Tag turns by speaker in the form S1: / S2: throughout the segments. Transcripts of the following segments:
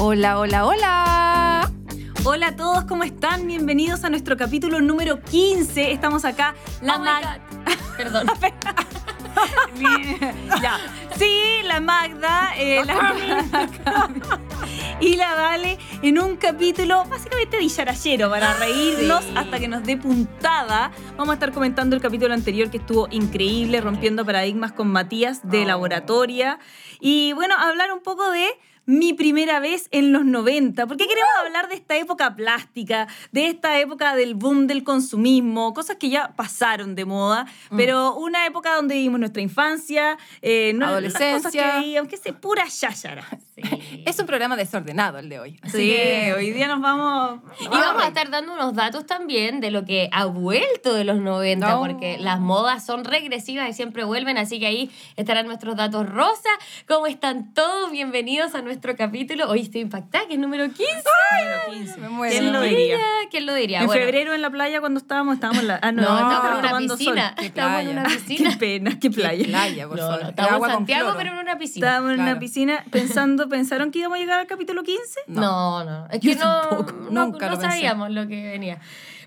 S1: Hola, hola, hola.
S2: Hola a todos, ¿cómo están? Bienvenidos a nuestro capítulo número 15. Estamos acá, la
S3: Oh my
S2: Mag-
S3: God. Perdón.
S2: Ya. Sí, la Magda, eh, la Magda Cami y la Vale en un capítulo básicamente dicharachero para reírnos
S3: Sí.
S2: hasta que nos dé puntada. Vamos a estar comentando el capítulo anterior que estuvo increíble, rompiendo paradigmas con Matías de
S3: Oh.
S2: laboratoria. Y bueno, hablar un poco de mi primera vez en los 90, porque queremos hablar de esta época plástica, de esta época del boom del consumismo, cosas que ya pasaron de moda, pero una época donde vivimos nuestra infancia, eh, no- las cosas
S1: Adolescencia.
S2: que veíamos, que se pura yáchara.
S1: Es un programa desordenado el de hoy. Así
S2: Sí,
S1: que-
S2: hoy día nos vamos...
S3: Y vamos a estar dando unos datos también de lo que ha vuelto de los 90,
S1: No.
S3: porque las modas son regresivas y siempre vuelven, así que ahí estarán nuestros datos rosa. ¿Cómo están todos? Bienvenidos a nuestro capítulo. Hoy estoy impactada, que es número 15.
S2: Número 15.
S1: me muero.
S2: ¿Quién lo
S3: Sí,
S2: diría?
S3: ¿Quién lo diría?
S2: En
S3: Bueno,
S2: febrero en la playa cuando estábamos, estábamos... en La, ah, no,
S3: No, estamos
S2: estábamos
S3: en una
S2: tomando sol.
S3: piscina.
S1: Qué
S3: Estamos en una
S1: playa.
S2: Qué
S3: piscina.
S2: pena, qué playa.
S1: Playa, por
S3: No,
S1: favor.
S3: no, estamos
S1: Agua
S3: en
S1: con
S3: Santiago,
S1: cloro.
S3: pero en una piscina.
S2: Estábamos en
S1: Claro.
S2: una piscina pensando, pensaron que íbamos a llegar al capítulo 15.
S3: No, no. Es
S1: Yo
S3: que no,
S1: tampoco,
S3: no,
S1: nunca
S3: no
S1: lo pensé.
S3: sabíamos lo que venía.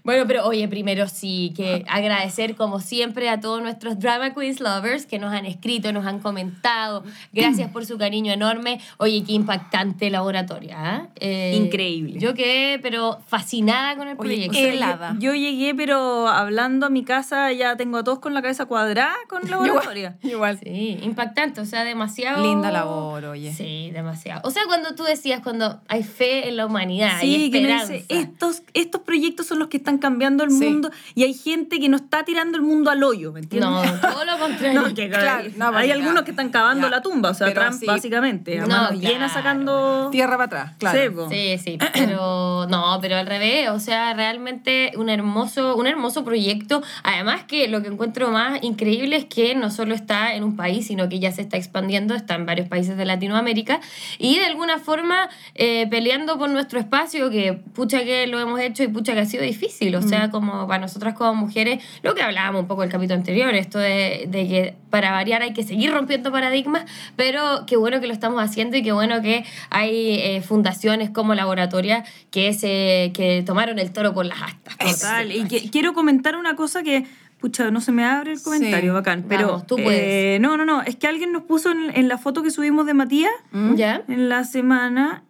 S3: Bueno, pero oye, primero sí, que
S1: Ah.
S3: agradecer como siempre a todos nuestros Drama Queens Lovers que nos han escrito, nos han comentado. Gracias por su cariño enorme. Oye, qué impactante laboratorio. ¿ah? Eh,
S2: Increíble.
S3: Yo quedé, pero fascinada con el
S1: Oye,
S3: proyecto.
S1: eh,
S2: yo-
S1: helada.
S2: Yo, llegué, pero hablando a mi casa, ya tengo a todos con la cabeza cuadrada con laboratorio.
S1: Igual.
S3: Sí, impactante, o sea, demasiado.
S1: Linda labor, oye.
S3: Sí, demasiado. O sea, cuando tú decías, cuando hay fe en la humanidad, hay
S2: Sí, que me
S3: esperanza.
S2: dice,
S1: "Este,
S2: estos, estos proyectos son los que están cambiando el
S1: Sí.
S2: mundo y hay gente que no está tirando el mundo al hoyo, ¿me entiendes?
S3: No, todo lo contrario.
S2: No, que
S1: Claro, no,
S2: hay
S1: porque
S2: algunos
S1: ya,
S2: que están cavando
S1: ya.
S2: la tumba, o sea,
S1: Pero
S2: Trump
S1: sí.
S2: básicamente, a
S3: No,
S2: manos
S3: claro.
S2: llenas sacando
S1: Tierra para atrás, claro.
S2: sebo.
S3: Sí, sí, pero no, pero al revés, o sea, realmente un hermoso, un hermoso proyecto. Además que lo que encuentro más increíble es que no solo está en un país, sino que ya se está expandiendo, está en varios países de Latinoamérica y de alguna forma eh, peleando por nuestro espacio, que pucha que lo hemos hecho y pucha que ha sido difícil, o
S2: Mm.
S3: sea, como para nosotras como mujeres, lo que hablábamos un poco en el capítulo anterior, esto de, de que para variar hay que seguir rompiendo paradigmas, pero qué bueno que lo estamos haciendo y qué bueno que hay eh, fundaciones como Laboratoria que, se, que tomaron el toro por las astas. por
S2: Total, y
S3: decirlo
S2: que-
S3: así.
S2: quiero comentar una cosa que, pucha, no se me abre el comentario,
S1: Sí.
S2: bacán, pero...
S3: Vamos, tú puedes.
S2: eh, no, no, no, es que alguien nos puso en, en la foto que subimos de Matías
S1: ¿Mm?
S3: ¿Ya?
S2: en la semana...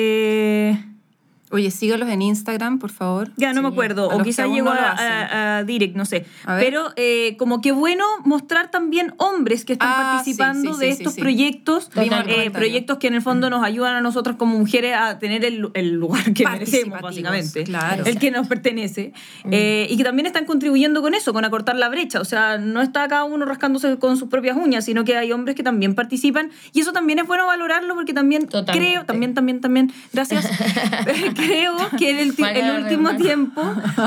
S2: eh,
S1: Oye, sígalos en Instagram, por favor.
S2: Ya no me
S3: Sí,
S2: acuerdo,
S1: a
S2: o
S1: los que
S2: quizás
S1: aún
S2: llegó
S1: no lo
S2: a,
S1: hacen.
S2: a- a Direct, no sé.
S1: A ver.
S2: Pero eh, como que bueno mostrar también hombres que están
S1: Ah,
S2: participando
S1: sí, sí,
S2: de
S1: sí,
S2: estos
S1: sí, sí.
S2: proyectos,
S3: Vimos el
S2: eh,
S1: comentario.
S2: proyectos que en el fondo nos ayudan a nosotros como mujeres a tener el, el lugar que
S1: Participativos,
S2: merecemos, básicamente,
S1: claro. Mm.
S2: el que nos pertenece, Eh, y que también están contribuyendo con eso, con acortar la brecha, o sea, no está cada uno rascándose con sus propias uñas, sino que hay hombres que también participan, y eso también es bueno valorarlo porque también
S3: Totalmente.
S2: creo, también, también, también, gracias, creo que en el ti-
S3: Valga la
S2: el último
S3: redundancia.
S2: tiempo,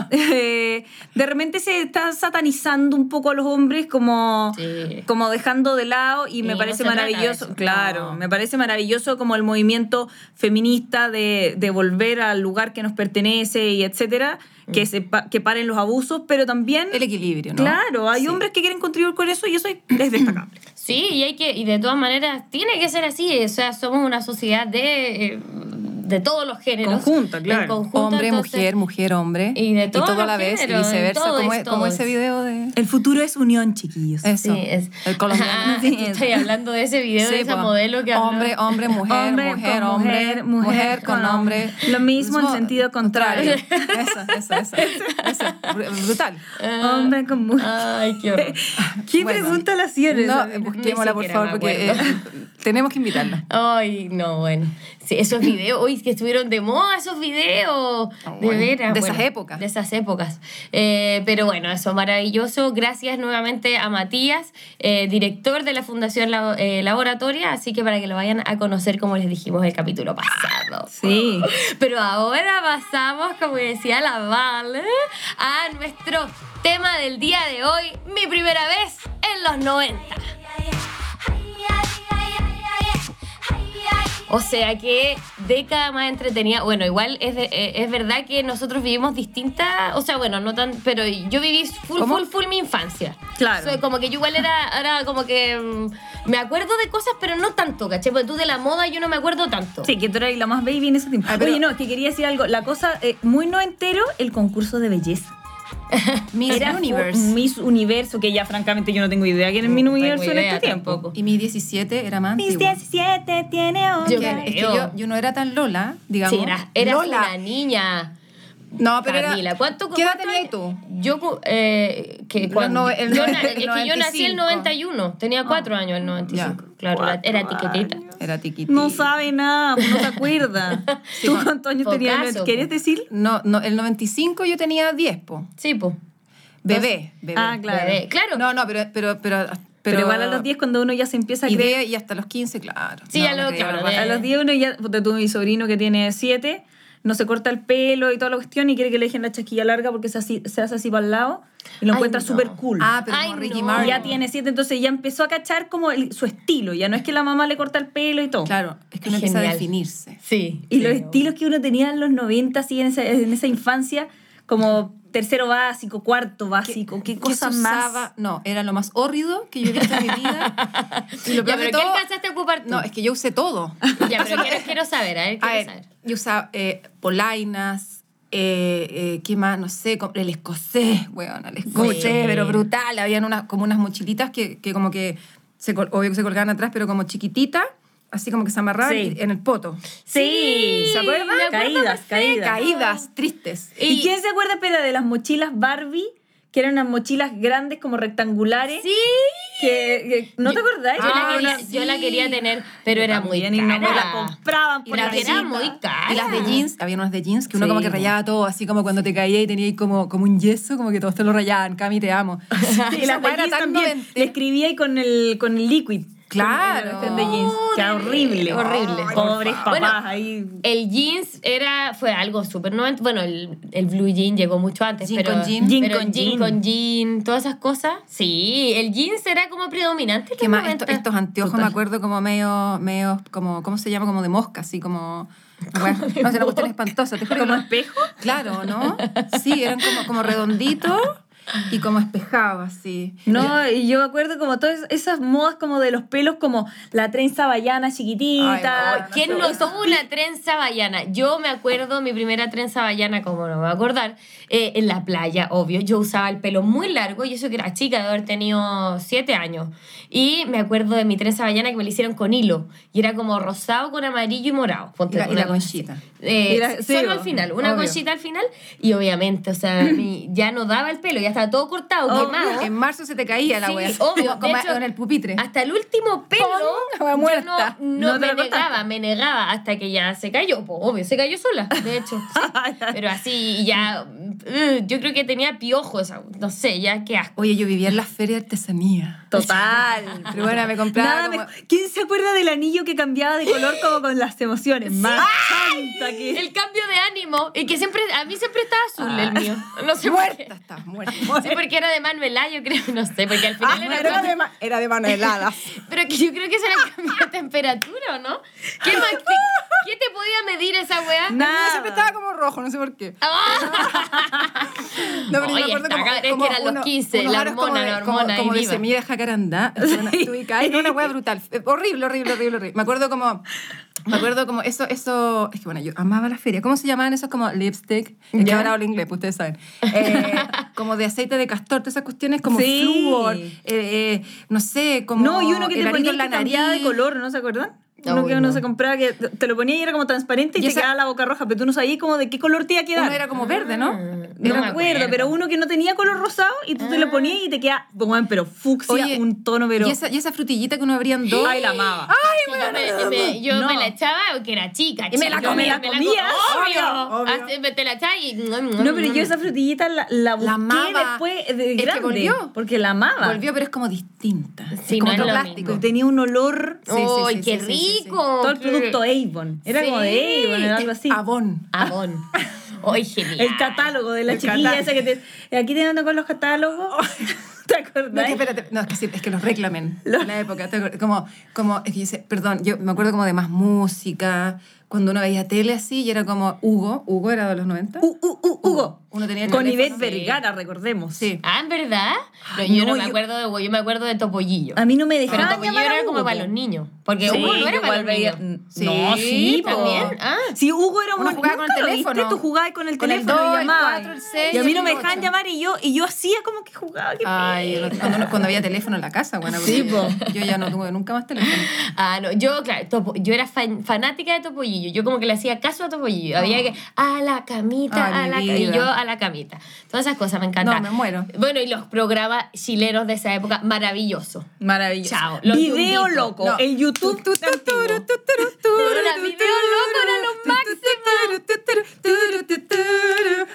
S2: eh, de repente se está satanizando un poco a los hombres como,
S3: Sí.
S2: como dejando de lado y me
S3: Y no
S2: parece
S3: se trata de
S2: maravilloso,
S3: eso,
S2: claro,
S3: no.
S2: me parece maravilloso como el movimiento feminista de, de volver al lugar que nos pertenece y etcétera, que, se pa- que paren los abusos, pero también,
S1: El equilibrio, ¿no?
S2: claro, hay
S1: Sí.
S2: hombres que quieren contribuir con eso y eso es es destacable.
S3: Sí, y hay que, y de todas maneras, tiene que ser así. O sea, somos una sociedad de, eh, de todos los géneros.
S2: Conjunta,
S3: En
S2: claro.
S3: conjunto,
S1: Hombre,
S3: entonces-
S1: mujer, mujer, hombre.
S3: Y de todos
S1: todo a la
S3: los
S1: vez, y
S3: géneros, y
S1: viceversa.
S3: todo
S1: como,
S3: es,
S1: es- como
S3: todo
S1: ese
S3: es.
S1: video de.
S2: El futuro es unión, chiquillos.
S1: Eso.
S3: Sí, es.
S1: El colombiano.
S3: Ah, estoy hablando de ese video
S1: Sí,
S3: de esa
S1: po.
S3: modelo que habló.
S1: Hombre, hombre, mujer,
S2: Hombre
S1: mujer,
S2: con
S1: hombre,
S2: mujer,
S1: mujer,
S2: mujer
S1: con
S2: con
S1: hombre.
S2: hombre. Lo mismo en sentido contrario.
S1: Eso, eso, eso. eso. Br- Brutal.
S3: Ah,
S2: Hombre con mujer.
S3: Ay, qué horror.
S2: ¿Qué
S1: Bueno.
S2: pregunta la hacían?
S1: No,
S2: Esa-
S1: busquémosla, por
S3: siquiera
S1: favor,
S3: me
S1: porque eh, tenemos que invitarla.
S3: Ay, no, bueno. Sí, esos videos, hoy que estuvieron de moda esos videos. de
S1: Ah, bueno.
S3: veras.
S1: De esas
S3: bueno,
S1: épocas.
S3: De esas épocas. Eh, pero bueno, eso maravilloso. Gracias nuevamente a Matías, eh, director de la Fundación Labo- eh, Laboratoria. Así que para que lo vayan a conocer, como les dijimos el capítulo pasado.
S2: Sí.
S3: Pero ahora pasamos, como decía la Vale, a nuestro tema del día de hoy, mi primera vez en los 90. O sea que década más entretenida. Bueno, igual es, de- eh, es verdad que nosotros vivimos distintas, o sea, bueno, no tan, pero yo viví full,
S1: ¿Cómo?
S3: full, full mi infancia.
S2: Claro.
S3: Soy como que yo igual era, era como que mm, me acuerdo de cosas, pero no tanto, ¿cachai? Porque tú de la moda yo no me acuerdo tanto.
S2: Sí, que tú eras la más baby en ese tiempo.
S1: Ah, pero-
S2: Oye, no, es que quería decir algo. La cosa eh, muy no entero, el concurso de belleza.
S1: Miss
S2: Era
S1: Universe.
S2: un Miss Universo, que ya francamente yo no tengo idea quién es Miss
S3: No tengo
S2: Universo en
S3: idea
S2: este tiempo.
S3: tampoco.
S1: Y mi 17 era más
S2: Miss
S1: antigua.
S2: 17 tiene
S1: Que-
S3: Yo
S2: onda.
S1: es que
S3: creo.
S1: yo, yo no era tan Lola, digamos.
S3: Sí, eras, eras
S1: Lola.
S3: una niña.
S1: No, pero era-
S3: Camila, ¿cuánto,
S1: ¿Qué edad
S3: cuánto
S1: tenías
S3: año-
S1: tú?
S3: Yo, cu- eh, que
S1: Los
S3: cuando,
S1: no- el
S3: yo,
S1: no-
S3: na- es que yo nací
S1: 95.
S3: el 91,
S1: Ah,
S3: tenía cuatro años el 95, claro, la- era tiquetita.
S1: Era tiquitita.
S2: No sabe nada, pues no se acuerda. ¿Tú cuántos años tenías?
S3: Focazo.
S2: ¿Querías decir?
S1: No, no, el 95 yo tenía 10, po.
S3: Sí, pues.
S1: Bebé, bebé.
S2: Ah, claro.
S3: Bebé. Claro.
S1: No, no, pero pero pero
S2: Pero, igual a los 10 cuando uno ya se empieza a
S1: y,
S2: creer.
S1: de- y hasta los 15, claro.
S3: Sí,
S1: No,
S3: a lo-
S1: no creía
S3: claro,
S1: la-
S3: de-
S2: A los 10 uno ya, porque tuve mi sobrino que tiene 7, no se corta el pelo y toda la cuestión y quiere que le dejen la chasquilla larga porque se, así- se hace así para el lado y lo
S3: Ay,
S2: encuentra
S3: no.
S2: súper cool.
S1: Ah, pero
S3: Ay,
S1: como Ricky
S3: no.
S1: Martin.
S2: ya tiene 7, entonces ya empezó a cachar como el- su estilo, ya no es que la mamá le corta el pelo y todo.
S1: Claro, es que uno
S3: Es
S1: empieza a
S3: genial.
S1: definirse.
S3: Sí.
S2: Y
S3: sí,
S2: los
S3: obvio.
S2: estilos que uno tenía en los 90, así en esa, en esa infancia, como tercero básico, cuarto básico, qué,
S1: ¿Qué
S2: cosas
S1: se
S2: más.
S1: usaba? No, era lo más horrido que yo he visto en mi vida. Y lo peor de
S3: Ya, pero ¿qué
S1: todo-
S3: alcanzaste a ocupar tú?
S1: No, es que yo usé todo.
S3: Ya, pero quiero, quiero saber, a ver,
S1: A
S3: quiero
S1: ver,
S3: saber.
S1: yo usaba eh, polainas, eh, eh, ¿qué más? No sé, co- el escocés, weón, el escocés,
S3: Sí.
S1: pero brutal. Habían unas, como unas mochilitas que, que como que, se, col- obvio que se colgaban atrás, pero como chiquititas, así como que se amarraban
S2: Sí.
S1: y- en el poto.
S2: Sí,
S1: ¿se acuerdan?
S3: me acuerdo
S2: Caídas, caídas.
S1: Caídas, tristes.
S2: ¿Y,
S3: Y-
S2: quién se acuerda, pero de las mochilas Barbie? Que eran unas mochilas grandes, como rectangulares.
S3: Sí.
S2: Que, que- ¿No te acordás?
S3: Yo, la
S1: Ah,
S3: quería,
S1: sí.
S3: yo la quería tener, pero era muy
S2: y no me la
S3: cara.
S2: compraban
S3: Y
S2: por
S3: la
S2: la
S3: era
S2: era
S3: muy cara.
S1: Y las de jeans, había unas de jeans que uno
S2: Sí.
S1: como que rayaba todo, así como cuando te caía y tenía ahí como, como un yeso, como que todos te lo rayaban, Cami, te amo.
S2: Y
S1: Esa
S2: las
S1: weá
S2: de
S1: era
S2: jeans
S1: tan
S2: también.
S1: noventera.
S2: Le escribía y con el, con el liquid.
S1: Claro. Oh,
S2: Con el de jeans. Que era horrible.
S3: Horrible.
S2: Pobres papás
S3: Bueno,
S2: ahí.
S3: El jeans era, fue algo súper noventa. Bueno, el, el blue jean llegó mucho antes.
S1: Jean
S3: pero,
S1: con jean.
S2: Jean
S3: pero
S2: con
S3: el jean
S2: jean.
S3: con jean, todas esas cosas. Sí, el jeans era como predominante. en
S1: ¿Qué
S3: los
S1: más? Esto-
S3: 90.
S1: estos anteojos me acuerdo como medio, medio, como, ¿cómo se llama? Como de mosca, así como... Bueno, no, se la cuestión espantosa, te juro.
S2: ¿Como
S1: que no-
S2: espejo?
S1: Claro, ¿no? Sí, eran como, como redonditos y como espejados, así.
S2: No, y yo me acuerdo como todas esas modas como de los pelos, como la trenza bayana chiquitita.
S1: Ay, no,
S3: ¿Quién no tuvo una trenza bayana? Yo me acuerdo mi primera trenza bayana, como no me voy a acordar, eh, en la playa, obvio. Yo usaba el pelo muy largo y eso que era chica, de haber tenido siete años. Y me acuerdo de mi trenza bayana que me la hicieron con hilo. Y era como rosado con amarillo y morado.
S1: Y
S3: Ponte
S1: la, y
S3: una
S1: la
S3: cosa así.
S1: conchita.
S3: Eh,
S2: Era- sí,
S3: solo
S2: o-
S3: al final, una
S1: obvio.
S3: conchita al final y obviamente, o sea, mi- ya no daba el pelo, ya estaba todo cortado,
S2: Obvio.
S3: quemado.
S1: En marzo se te caía la
S3: Sí,
S1: wea.
S3: obvio,
S1: como- como
S3: de hecho-
S1: en el pupitre.
S3: Hasta el último pelo,
S1: ¡Pum! Estaba
S3: yo
S1: muerta.
S3: no, no
S2: No te
S3: me
S2: lo cortaste.
S3: negaba, me negaba hasta que ya se cayó, po, obvio, se cayó sola, de hecho. sí. Pero así ya, mm, yo creo que tenía piojos, no sé, ya qué asco.
S1: Oye, yo vivía en la feria de artesanía.
S2: Total.
S1: Pero bueno, me compraba
S2: Nada
S1: como...
S2: mejor. ¿Quién se acuerda del anillo que cambiaba de color como con las emociones? Más santa que
S3: El cambio de ánimo, y que siempre, a mí siempre estaba azul el mío, no sé por qué.
S1: Ah. Muerta estás, muerta. Ah,
S3: Sí, porque era de Manuela, yo creo, no sé, porque al final era
S1: Era
S3: cuando-
S1: de, ma- era de Manueladas.
S3: Pero que yo creo que se le cambió la temperatura, ¿o no? ¿Qué, más- qué- qué te podía medir esa weá?
S1: El mío
S2: Nada.
S1: siempre estaba como rojo, no sé por qué.
S3: ¡Ah!
S1: No, pero yo me
S3: Oye,
S1: acuerdo
S3: está
S1: como,
S3: acá, es que
S1: como
S3: eran los
S1: uno-
S3: 15,
S1: unos
S3: la
S1: aros
S3: hormona,
S1: como de-
S3: la
S1: como-
S3: hormona ahí
S1: Como, de
S3: viva.
S1: semilla de jacarandá. Tú y caes en una hueá brutal. Eh, Horrible, horrible, horrible, horrible. Me acuerdo como... Me acuerdo como eso, eso... Es que bueno, yo amaba la feria. ¿Cómo se llamaban esos como lipstick? Es que
S3: Ya.
S1: ahora hablo inglés, pues ustedes saben. Eh, como de aceite de castor, todas esas cuestiones como
S2: Sí.
S1: flúor, eh, eh, no sé, como...
S2: No, y uno que te
S1: heladito
S2: ponía
S1: en
S2: y que cambiaba de
S1: nariz. Ah,
S2: color, ¿no se acuerdan? Uno
S3: Uy,
S2: que uno
S3: no.
S2: se compraba que te lo ponía y era como transparente y,
S1: Y
S2: te
S1: esa-
S2: quedaba la boca roja, pero tú no sabías como de qué color te iba a quedar.
S1: Uno era como verde, ¿no?
S2: Ah,
S1: Ah.
S2: No
S3: No
S2: me
S3: me
S2: acuerdo,
S3: acuerdo.
S2: pero uno que no tenía color rosado y tú te lo ponías y te queda, bueno, pero fucsia,
S1: Oye,
S2: un tono, pero.
S1: Y esa, y esa frutillita que uno abría en dos. Ah,
S2: Ay, la amaba.
S3: Sí, yo me, me- yo
S2: no.
S3: me la echaba porque era chica.
S1: Y me la
S3: chica,
S1: comí,
S2: la
S3: me
S2: comía,
S3: co-
S1: obvio,
S3: Obvio.
S1: obvio.
S3: Así, me- te la echaba y.
S2: No, pero yo esa frutillita la, la busqué
S1: amaba.
S2: después de
S1: Es que
S2: grande.
S1: volvió.
S2: Porque la amaba.
S1: Volvió, pero es como distinta.
S3: Sí,
S1: es como
S3: no es
S1: otro
S3: lo
S1: plástico.
S3: mismo.
S2: Tenía un olor,
S1: Sí, sí,
S3: ¡Ay,
S1: sí,
S3: qué
S1: sí, sí, sí, sí.
S3: rico!
S2: todo el producto Avon. Era como de
S3: Sí.
S2: Avon, era algo así.
S1: Oh, Avon.
S3: Avon. ¡Ay, genial!
S2: El catálogo de la
S1: El
S2: chiquilla
S1: catálogo. Oh.
S2: esa que te... Aquí te andan con los catálogos. ¿Te acordás?
S1: No, es que espérate, no, es que, sí, es que los reclamen en la época. ¿te acuerdas? Como, como, es que yo sé, perdón, yo me acuerdo como de más música, cuando uno veía tele así y era como Hugo, Hugo era de los 90.
S2: U, u, u, Hugo.
S1: Uno tenía el
S2: Con
S1: teléfono.
S2: Ivette Vergara, recordemos.
S1: Sí.
S3: Ah, ¿en verdad? No, yo no,
S2: no,
S3: me
S2: yo-
S3: acuerdo de Hugo, yo me acuerdo de Topollillo.
S2: A mí no me
S3: Pero
S2: dejaban
S3: Topollillo
S2: llamar a
S3: era como
S2: Hugo.
S3: para los niños. Porque
S2: Sí,
S3: Hugo no
S2: yo
S3: era para
S2: igual
S3: los
S2: veía-
S3: niños.
S1: Sí,
S2: Mm, no, sí, po.
S3: también. Ah.
S2: Si Hugo era un
S1: Uno jugaba con el
S2: nunca lo viste,
S1: teléfono.
S2: tú jugabas con el
S1: Con el
S2: teléfono
S1: dos,
S2: y
S1: el
S2: llamabas.
S1: cuatro, el seis,
S2: y a mí no
S1: el
S2: me
S1: ocho.
S2: dejaban llamar y yo, y yo hacía como que jugaba. qué
S1: Ay,
S2: pena.
S1: cuando, uno- cuando había teléfono en la casa, bueno,
S3: Sí,
S1: porque
S3: po.
S1: yo ya no tuve nunca más teléfono.
S3: Ah, no, yo, claro, Topo- yo era fan- fanática de Topollillo. Yo como que le hacía caso a Topollillo. Había que, a la camita,
S1: Ay,
S3: a
S1: Ah. mi
S3: la camita. Y
S1: vida.
S3: yo a la camita. Todas esas cosas me encantaban.
S1: No, me muero.
S3: Bueno, y los programas chilenos de esa época, maravilloso.
S2: Maravilloso.
S3: Chao, los
S2: Video
S3: yumbitos.
S2: loco.
S1: No.
S2: El YouTube.
S1: Tu, tu, tu,
S2: antiguo.
S1: turu, tu, turu, turu,
S3: Pero la
S1: tu,
S3: video
S1: turu,
S3: loco era lo
S1: tu, tu, turu, tu, turu, turu, tu, turu.